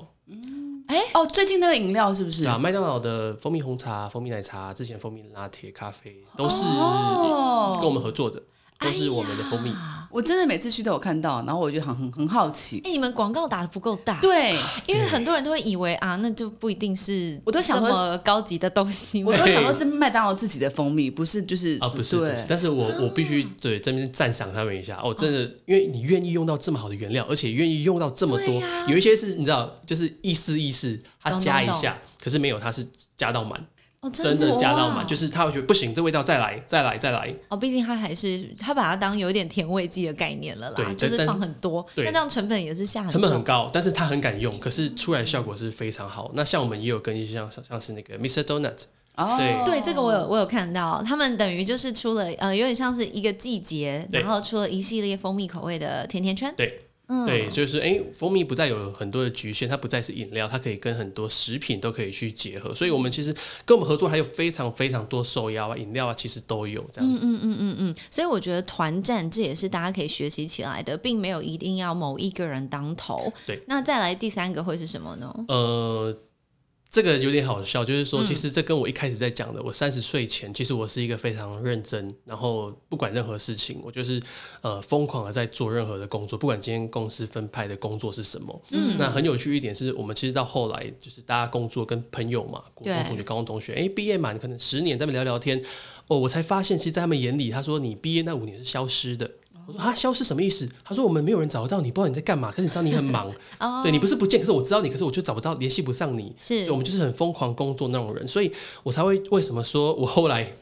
S2: 哦，最近那个饮料是不是？
S4: 啊，麦当劳的蜂蜜红茶、蜂蜜奶茶，之前蜂蜜拿铁、咖啡都是
S2: 哦
S4: 跟我们合作的，都是我们的蜂蜜。
S2: 我真的每次去都有看到，然后我就很很很好奇。
S4: 啊
S3: 哎，你们广告打的不够大，，
S2: 对，
S3: 因为很多人都会以为啊，那就不一定是
S2: 我都想
S3: 这
S2: 说
S3: 么高级的东西嘛，
S2: 我都想说是麦当劳自己的蜂蜜，不是就是
S4: 啊，不是，不
S2: 对
S4: 是，但是我我必须对这边赞赏他们一下哦，真的，因为你愿意用到这么好的原料，而且愿意用到这么
S3: 对
S4: 多，
S3: 呀
S4: 有一些是你知道，就是意思意思，它
S3: 懂
S4: 加一
S3: 懂
S4: 下，可是没有，它是加到满，
S3: 哦，
S4: 真
S3: 的
S4: 的加到
S3: 嘛，
S4: 满，就是他会觉得不行，这味道再来，再来，再来，
S3: 哦，毕竟它还是它把它当有一点甜味剂的概念了啦，
S4: 对
S3: 就
S4: 但
S3: 是放很多，
S4: 对
S3: 那这样成本也是下很
S4: 成本很
S3: 重。
S4: 高，但是他很敢用，可是出来的效果是非常好。那像我们也有跟一些像像是那个 Mr. Donut，
S2: 哦，
S4: 对
S3: 对，这个我有我有看到，他们等于就是出了呃，有点像是一个季节，
S4: 对
S3: 然后出了一系列蜂蜜口味的甜甜圈。
S4: 对，
S3: 嗯，
S4: 对，就是哎、蜂蜜不再有很多的局限，它不再是饮料，它可以跟很多食品都可以去结合。所以，我们其实跟我们合作还有非常非常多手摇啊、饮料啊，其实都有这样子。
S3: 嗯嗯嗯嗯，所以我觉得团战这也是大家可以学习起来的，并没有一定要某一个人当头。
S4: 对，
S3: 那再来第三个会是什么呢？
S4: 呃，这个有点好笑，就是说，其实这跟我一开始在讲的，我三十岁前，其实我是一个非常认真，然后不管任何事情，我就是呃疯狂的在做任何的工作，不管今天公司分派的工作是什么。嗯，那很有趣一点是我们其实到后来就是大家工作跟朋友嘛，国中
S3: 对
S4: 同学、高中同学，哎，毕业满可能十年，咱们聊聊天，哦，我才发现，其实在他们眼里，他说你毕业那五年是消失的。我说啊，消失什么意思？他说我们没有人找得到你，不知道你在干嘛，可是你知道你很 忙，对你不是不见，可是我知道你，可是我就找不到，联系不上你。
S3: 哦是
S4: 对我们就是很疯狂工作那种人，所以我才会为什么说我后来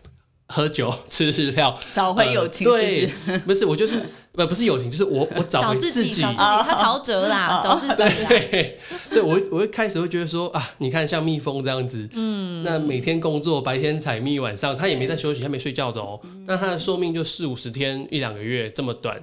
S4: 喝酒 吃日料
S2: 找回友情
S4: 呃
S2: 是不
S4: 对， 不是我就是呃不不是友情，就是我我找
S3: 找
S4: 回
S3: 自己，
S4: 己
S3: 找自己，他陶喆啦，找自己。
S4: 对，对我我一开始会觉得说啊，你看像蜜蜂这样子，嗯，那每天工作，白天采蜜，
S3: 嗯
S4: 晚上它也没在休息，它没睡觉的哦。那它的寿命就四五十天、一两个月这么短。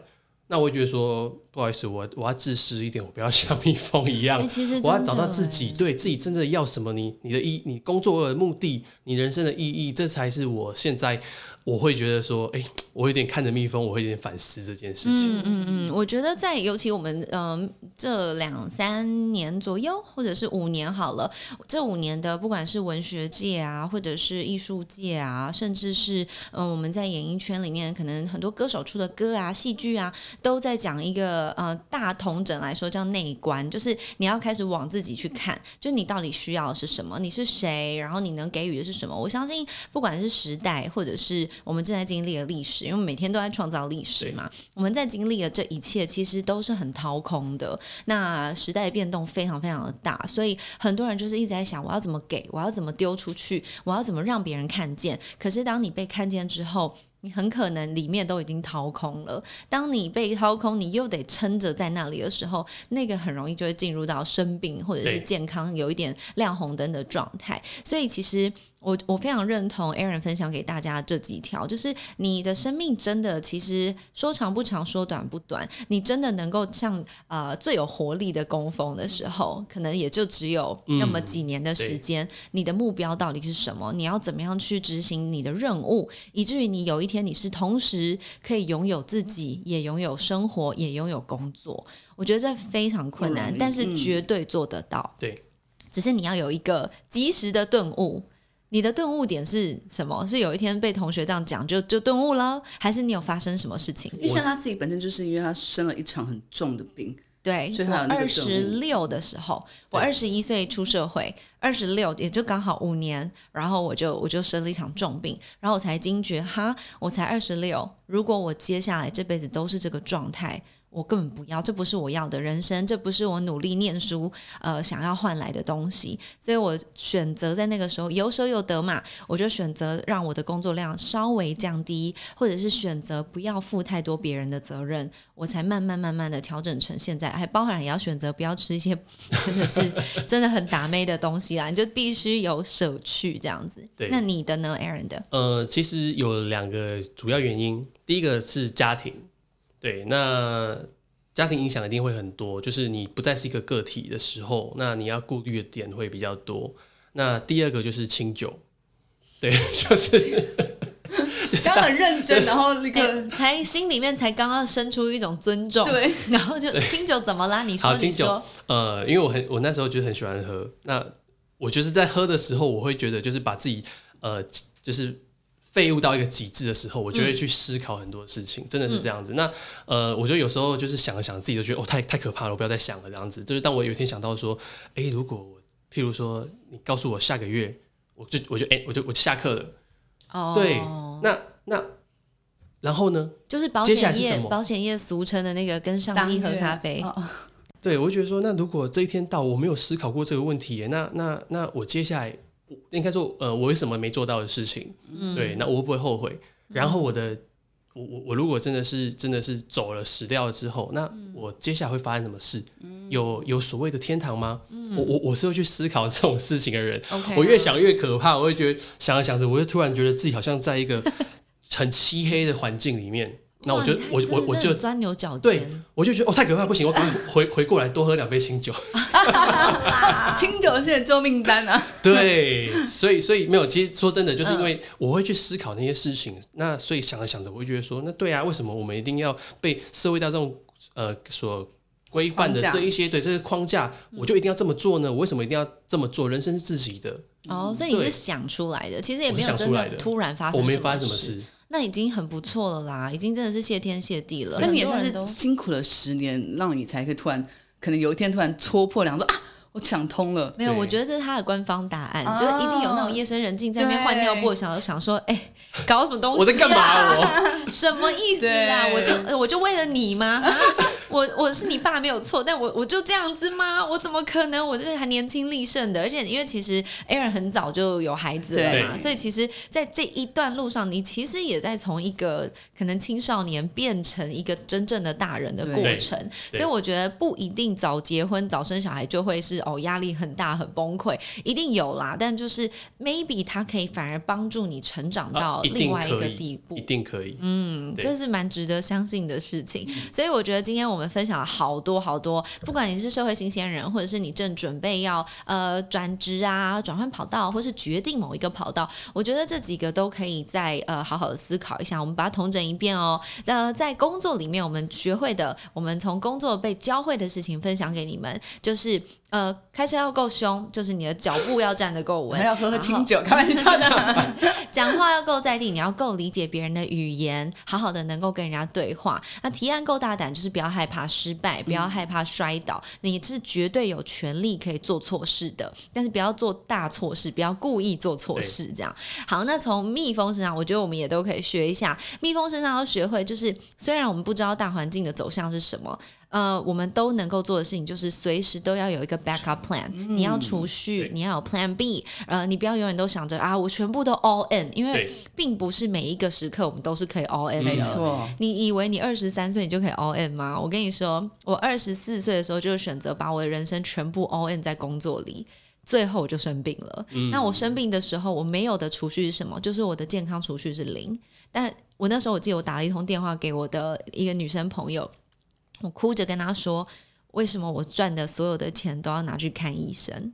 S4: 那我会觉得说，不好意思，我我要自私一点，我不要像蜜蜂一样，
S3: 哎其实真的
S4: 我要找到自己
S3: 哎
S4: 对自己真正的要什么，你你的意，你工作的目的，你人生的意义，这才是我现在我会觉得说，哎、我有点看着蜜蜂，我会有点反思这件事情。
S3: 嗯，我觉得在尤其我们嗯、这两三年左右，或者是五年好了，这五年的不管是文学界啊，或者是艺术界啊，甚至是嗯、呃我们在演艺圈里面，可能很多歌手出的歌啊、戏剧啊，都在讲一个呃大同整来说叫内观，就是你要开始往自己去看，就你到底需要的是什么，你是谁，然后你能给予的是什么。我相信不管是时代，或者是我们正在经历的历史，因为我们每天都在创造历史
S4: 对
S3: 嘛，我们在经历了这一切，其实都是很掏空的。那时代变动非常非常的大，所以很多人就是一直在想，我要怎么给，我要怎么丢出去，我要怎么让别人看见。可是当你被看见之后，你很可能里面都已经掏空了。当你被掏空，你又得撑着在那里的时候，那个很容易就会进入到生病或者是
S4: 对
S3: 健康有一点亮红灯的状态。所以其实我我非常认同 Aaron 分享给大家这几条，就是你的生命真的其实说长不长，说短不短，你真的能够像呃最有活力的工蜂的时候，可能也就只有那么几年的时间。你的目标到底是什么？你要怎么样去执行你的任务，以至于你有一天你是同时可以拥有自己，也拥有生活，也拥有工作。我觉得这非常困难，但是绝对做得到。
S4: 对，
S3: 只是你要有一个及时的顿悟。你的顿悟点是什么？是有一天被同学这样讲就就顿悟了，还是你有发生什么事情？
S2: 因为像他自己本身就是因为他生了一场很重的病，
S3: 对，
S2: 所以
S3: 我
S2: 他有那
S3: 二
S2: 个
S3: 十
S2: 任
S3: 六的时候，我
S4: 对
S3: 二十一岁出社会，二十六也就刚好五年，然后我就我就生了一场重病，然后我才惊觉，哈，我才二十六，如果我接下来这辈子都是这个状态。我根本不要，这不是我要的人生，这不是我努力念书呃想要换来的东西，所以我选择在那个时候有舍有得嘛，我就选择让我的工作量稍微降低，或者是选择不要负太多别人的责任，我才慢慢慢慢的调整成现在，还包含也要选择不要吃一些 真的是真的很打妹的东西啦，你就必须有舍去这样子。
S4: 对
S3: 那你的呢，Aaron 的？
S4: 呃，其实有两个主要原因，第一个是家庭，对，那家庭影响一定会很多，就是你不再是一个个体的时候，那你要顾虑的点会比较多。那第二个就是清酒，对， 就是
S2: 刚刚很认 真，然后那个
S3: 哎才心里面才刚刚生出一种尊重，
S2: 对，
S3: 然后就清酒怎么啦？你说
S4: 好
S3: 你
S4: 清酒
S3: 说，。
S4: 呃，因为我很我那时候就很喜欢喝，那我就是在喝的时候，我会觉得就是把自己呃就是废物到一个极致的时候，我就会去思考很多事情，真的是这样子。那呃，我觉得有时候就是想了想，自己都觉得哦，太太可怕了，我不要再想了这样子。就是当我有一天想到说，诶，如果我譬如说你告诉我下个月，我就我就诶，我就我就下课了，
S3: 哦，
S4: 对，那那然后呢？
S3: 就是保
S4: 接下来
S3: 险
S4: 是
S3: 业
S4: 什么
S3: 保险业俗称的那个跟上
S2: 当
S3: 帝喝
S2: 月
S3: 咖啡，
S2: 哦哦
S4: 对，我就觉得说，那如果这一天到，我没有思考过这个问题耶，那那那我接下来我应该说，呃，我为什么没做到的事情？
S3: 嗯
S4: 对，那我会不会后悔？然后我的，我我我如果真的是真的是走了死掉了之后，那
S3: 嗯
S4: 我接下来会发生什么事？有有所谓的天堂吗？
S3: 嗯
S4: 我我我是会去思考这种事情的人。
S3: OK 啊
S4: 我越想越可怕，我会觉得想着想着，我就突然觉得自己好像在一个 很漆黑的环境里面，那我
S3: 哇
S4: 就
S3: 你看
S4: 我
S3: 真
S4: 我
S3: 的
S4: 我
S3: 是
S4: 就
S3: 很钻牛角
S4: 对
S3: 尖。，
S4: 我就觉得哦太可怕，不行，我赶快回回过来多喝两杯清酒。
S2: 清酒是救命丹啊！
S4: 对，所以所以没有，其实说真的，就是因为我会去思考那些事情，那所以想着想着，我会觉得说，那对啊，为什么我们一定要被社会大众呃所规范的
S2: 框架
S4: 这一些对这些框架，我就一定要这么做呢？我为什么一定要这么做？人生是自己的，
S3: 哦，所以你是
S4: 对
S3: 想出来的，其实也
S4: 我
S3: 没
S4: 是
S3: 有
S4: 想
S3: 真
S4: 出来的
S3: 突然发生，
S4: 我没发生什么，事。
S3: 那已经很不错了啦，已经真的是谢天谢地了。
S2: 那你也
S3: 很多
S2: 算
S3: 人
S2: 是
S3: 都
S2: 辛苦了十年，让你才可以突然，可能有一天突然戳破两个说啊，我想通了。
S3: 没有，
S4: 对
S3: 我觉得这是他的官方答案，
S2: 哦
S3: 就一定有那种夜深人静在那边换尿布，
S2: 对
S3: 想想说，哎、搞
S4: 啊
S3: 什么东西、
S4: 我在干嘛？我？
S3: 什么意思啊？
S2: 对
S3: 我就呃我就为了你吗？啊 我我是你爸没有错，但我我就这样子吗？我怎么可能？我这边还年轻力盛的，而且因为其实 Aaron 很早就有孩子了嘛，
S4: 对
S3: 所以其实，在这一段路上，你其实也在从一个可能青少年变成一个真正的大人的过程。
S4: 对
S3: 所以我觉得不一定早结婚、早生小孩就会是哦压力很大、很崩溃，一定有啦。但就是 maybe 它可以反而帮助你成长到
S4: 啊一
S3: 另
S4: 定
S3: 外一
S4: 可
S3: 个
S4: 以，
S3: 地 步。
S4: 一定可以。
S3: 嗯，
S4: 对
S3: 这是蛮值得相信的事情。所以我觉得今天我们分享了好多好多，不管你是社会新鲜人，或者是你正准备要呃转职啊、转换跑道，或是决定某一个跑道，我觉得这几个都可以再呃好好的思考一下。我们把它统整一遍哦。呃，在工作里面我们学会的，我们从工作被教会的事情分享给你们，就是呃开车要够凶，就是你的脚步要站得够
S2: 我
S3: 稳，
S2: 们要喝
S3: 然后
S2: 清酒，开玩笑的。
S3: 讲话要够在地，你要够理解别人的语言，好好的能够跟人家对话。那提案够大胆，就是不要害怕失败，不要害怕摔倒，你是绝对有权利可以做错事的，但是不要做大错事，不要故意做错事。这样好，那从蜜蜂身上，我觉得我们也都可以学一下。蜜蜂身上要学会，就是虽然我们不知道大环境的走向是什么。呃，我们都能够做的事情就是随时都要有一个 backup plan，、你要储蓄
S4: 嗯对，
S3: 你要有 plan B，呃，你不要永远都想着啊，我全部都 all in，因为
S4: 对嗯
S3: 并不是每一个时刻我们都是可以 all in 的。
S2: 没错，
S3: 你以为你二十三岁你就可以 all in 吗？我跟你说，我二十四岁的时候就选择把我的人生全部 all in 在工作里。最后我就生病了。那我生病的时候，我没有的储蓄是什么？就是我的健康储蓄是零。但我那时候我记得我打了一通电话给我的一个女生朋友，我哭着跟她说，为什么我赚的所有的钱都要拿去看医生？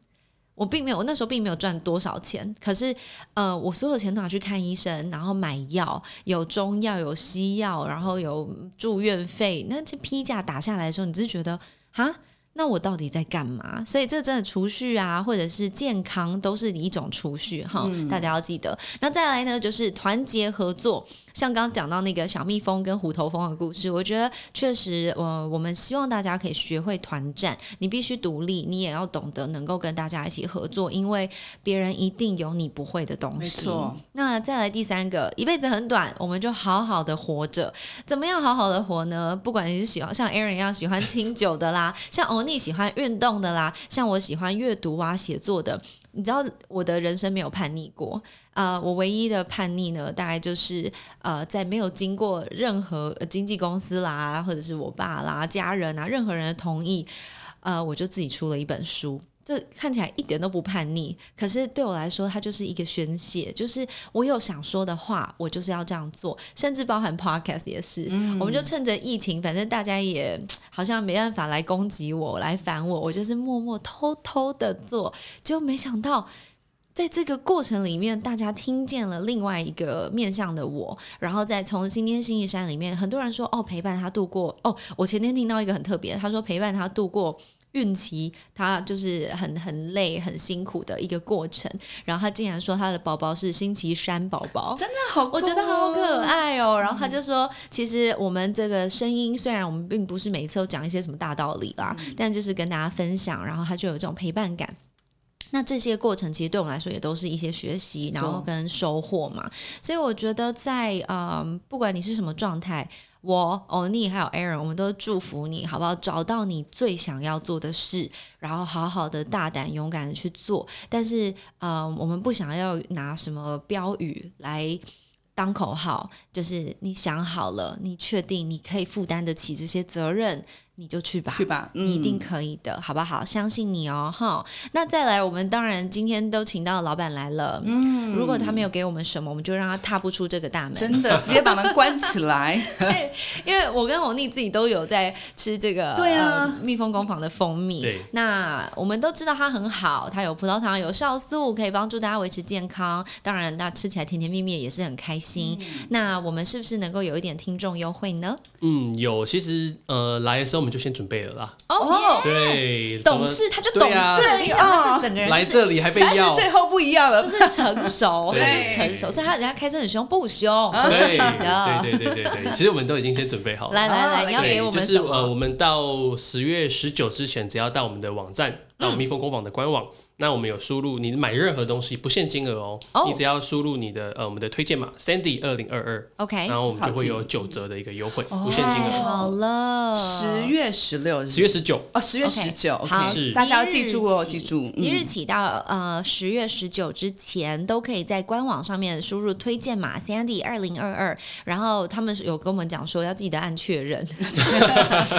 S3: 我并没有，我那时候并没有赚多少钱，可是呃，我所有钱都拿去看医生，然后买药，有中药，有西药，然后有住院费。那这批价打下来的时候，你只是觉得哈，那我到底在干嘛？所以这真的储蓄啊，或者是健康，都是一种储蓄哈，
S2: 嗯
S3: 大家要记得。那再来呢，就是团结合作。像刚刚讲到那个小蜜蜂跟虎头蜂的故事，我觉得确实，呃，我们希望大家可以学会团战，你必须独立，你也要懂得能够跟大家一起合作，因为别人一定有你不会的东西。
S2: 没错
S3: 那再来第三个，一辈子很短，我们就好好的活着。怎么样好好的活呢？不管你是喜欢像 Aaron 一样喜欢清酒的啦， 像欧尼喜欢运动的啦，像我喜欢阅读啊、写作的。你知道我的人生没有叛逆过，呃，我唯一的叛逆呢，大概就是呃，在没有经过任何呃经纪公司啦，或者是我爸啦、家人啊、任何人的同意，呃，我就自己出了一本书。这看起来一点都不叛逆，可是对我来说，它就是一个宣泄，就是我有想说的话，我就是要这样做，甚至包含 podcast 也是。我们就趁着疫情，反正大家也好像没办法来攻击我、来烦我，我就是默默偷偷的做，结果没想到。在这个过程里面，大家听见了另外一个面向的我，然后再从今天星期山里面，很多人说哦，陪伴他度过哦。我前天听到一个很特别的，他说陪伴他度过孕期，他就是很很累、很辛苦的一个过程。然后他竟然说他的宝宝是星期山宝宝，
S2: 真的好，哦
S3: 我觉得好可。爱哦。然后他就说，其实我们这个声音，虽然我们并不是每一次都讲一些什么大道理啦，但就是跟大家分享，然后他就有这种陪伴感。那这些过程其实对我们来说也都是一些学习，然后跟收获嘛。所以我觉得在嗯，不管你是什么状态，我、欧尼还有 Aaron，我们都祝福你，好不好？找到你最想要做的事，然后好好的、大胆、勇敢的去做。但是，呃，我们不想要拿什么标语来当口号，就是你想好了，你确定你可以负担得起这些责任，你就去吧，
S2: 去吧，嗯
S3: 你一定可以的，好不好？相信你哦，哈。那再来，我们当然今天都请到老板来了，嗯，如果他没有给我们什么，我们就让他踏不出这个大门，
S2: 真的直接把门关起来。
S3: 因为我跟欧尼自己都有在吃这个
S2: 对啊
S3: 呃蜜蜂工坊的蜂蜜
S4: 对。
S3: 那我们都知道它很好，它有葡萄糖，有酵素，可以帮助大家维持健康。当然，那吃起来甜甜蜜蜜也是很开心。那我们是不是能够有一点听众优惠呢？
S4: 嗯，有，其实呃，来的时候我们就先准备了啦。
S3: 哦，
S4: 对，
S3: 懂事，他就懂
S4: 对
S3: 事，
S4: 啊
S3: 我跟你讲他
S2: 对啊
S3: 这整个人
S4: 来
S3: 就是
S4: 这里还被
S2: 三十
S4: 要，
S2: 岁后不一样了
S3: 就，是成 熟，他
S4: 对哦
S3: 就是成熟，所以他人家开车很凶不凶？
S4: 对
S3: 呀
S4: 对对对对对，其实我们都已经先准备好了。
S3: 啊来来来，你要
S4: 对
S3: 给我
S4: 就
S3: 们
S4: 是
S3: 什
S4: 呃，
S3: 么？
S4: 我们到十月十九之前，只要到我们的网站到
S3: 嗯
S4: 蜜蜂工坊的官网。那我们有输入你买任何东西不限金额哦，
S3: 哦
S4: 你只要输入你的呃我们的推荐码 Sandy 二零二二，
S3: OK，哦
S4: 然后我们就
S2: 好
S4: 会
S2: 记
S4: 有九折的一个优惠，不限金
S3: 太
S4: 额。
S3: 好了，
S2: 十月十六
S4: 十
S2: 日
S4: 月 十九，
S2: 哦，十月十九
S3: 好
S4: 是
S2: 大家要记住哦，记住，
S3: 即日
S2: 嗯，
S3: 起到呃十月十九之前，都可以在官网上面输入推荐码 Sandy 二零二二，然后他们有跟我们讲说要记得按确认，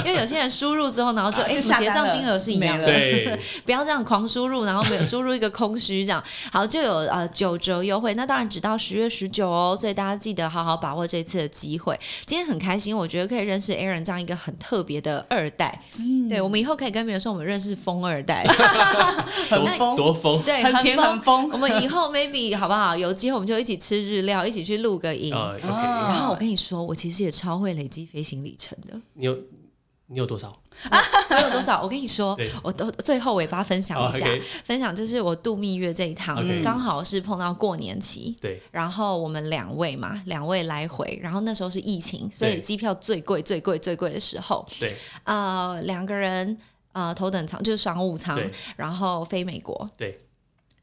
S3: 因为有些人输入之后，然后就
S2: 啊就
S3: 哎、怎
S2: 下
S3: 么
S2: 单
S3: 结账
S2: 了
S3: 金额是一
S2: 没
S3: 样
S2: 了
S3: 的，
S4: 对，
S3: 不要这样狂输入，然后没有输入一个空虚这样。好，就有呃九折优惠，那当然只到十月十九哦，所以大家记得好好把握这次的机会。今天很开心，我觉得可以认识 Aaron 这样一个很特别的二代，对我们以后可以跟别人说我们认识风二代，
S2: 很
S4: 多
S2: 疯，
S4: 多疯，
S3: 对，
S2: 很甜
S3: 疯
S2: 很疯
S3: 我们以后 maybe 好不好？有机会我们就一起吃日料，一起去露个营。
S4: 呃，OK，
S2: 啊
S3: 然后我跟你说，我其实也超会累积飞行里程的。
S4: 你有你有多少？
S3: 我有多 少？我跟你说
S4: 对，
S3: 我都最后尾巴分享一下
S4: 哦，OK 嗯
S3: 分享就是我度蜜月这一趟
S4: OK
S3: 刚好是碰到过年期。
S4: 对，
S3: 然后我们两位嘛，两位来回，然后那时候是疫情，所以
S4: 对
S3: 机票最贵、最贵、最贵的时候，
S4: 对，
S3: 呃，两个人呃头等舱就是商务舱
S4: 对，
S3: 然后飞美国，
S4: 对，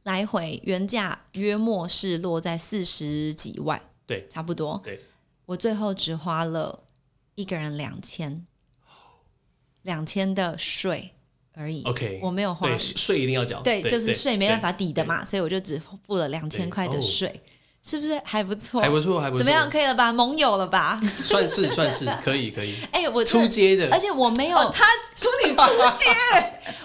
S3: 来回原价约莫是落在四十几万，
S4: 对
S3: 差不多，
S4: 对，
S3: 我最后只花了一个人两千，两千的税而已
S4: OK，
S3: 我没有花
S4: 对，税一定要缴，
S3: 对，就是税没办法
S4: 对
S3: 抵的嘛，所以我就只付了两千块的
S4: 对哦
S3: 税，是不是还不错？
S4: 还不错，还不错，
S3: 怎么样？可以了吧？盟友了吧？
S4: 算是算是可以可以，
S3: 哎、我真
S4: 出
S3: 的
S4: 街
S3: 而
S4: 的，
S3: 且我没有，
S2: 哦，他说你出街，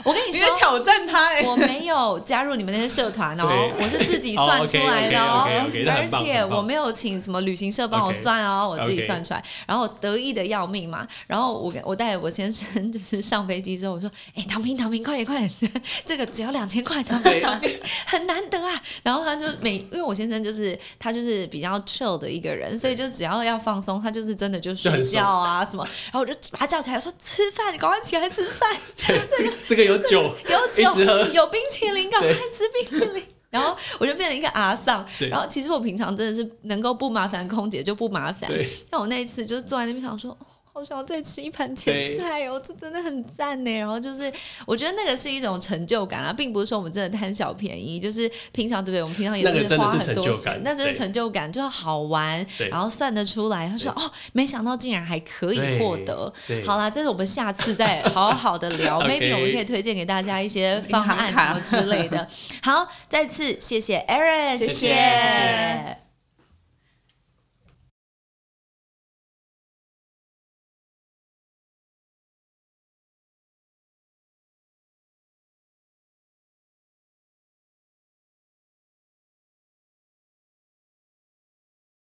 S3: 我 跟你
S2: 你
S3: 说
S2: 在，挑战他哎，
S3: 我没有加入你们那些社团哦，
S4: 对
S3: 我是自 己算出来的哦
S4: OK，OK，OK，OK，那
S3: 而
S4: 很棒
S3: 且
S4: 很棒
S3: 我没有请什么旅行社帮我
S4: OK，
S3: 算哦我自己
S4: OK
S3: 算出来。然后我得意的要命嘛，然后我跟我带我先生就是上飞机之后，我说：“哎、唐平，唐平，快点，快点， 这个只要两千块，唐平，
S4: 对
S3: 唐平， 很难得啊。”然后他就每因为我先生就是他就是比较 chill 的一个人，所以就只要要放松，他就是真的就
S4: 就
S3: 睡
S4: 很
S3: 觉啊什么。然后我就把他叫起来说：“吃饭，赶快起来吃饭。”
S4: 这个这个有酒，
S3: 有
S4: 一直喝
S3: 酒，有冰淇淋，赶快
S4: 对
S3: 吃冰淇 淋。然后我就变成一个阿丧，
S4: 对
S3: 然后其实我平常真的是能够不麻烦空姐就不麻烦
S4: 对，
S3: 但我那一次就是坐在那边想说，哦好想要再吃一盘前菜哦，这真的很赞呢。然后就是我觉得那个是一种成就感啊，并不是说我们真的贪小便宜，就是平常对不对？我们平常也
S4: 那个真的
S3: 花
S4: 是
S3: 很
S4: 成
S3: 多
S4: 就
S3: 钱
S4: 感，
S3: 那真是
S4: 对
S3: 成就感，就是好玩
S4: 对，
S3: 然后算得出来。他说哦，没想到竟然还可以
S4: 对
S3: 获得，
S4: 对
S3: 好啦，这是我们下次再好好的 聊
S4: OK
S3: ，maybe 我们可以推荐给大家一些方案
S2: 银行
S3: 什
S2: 卡
S3: 么之类的。好，再次谢谢 Aaron，
S2: 谢
S4: 谢谢谢
S2: 谢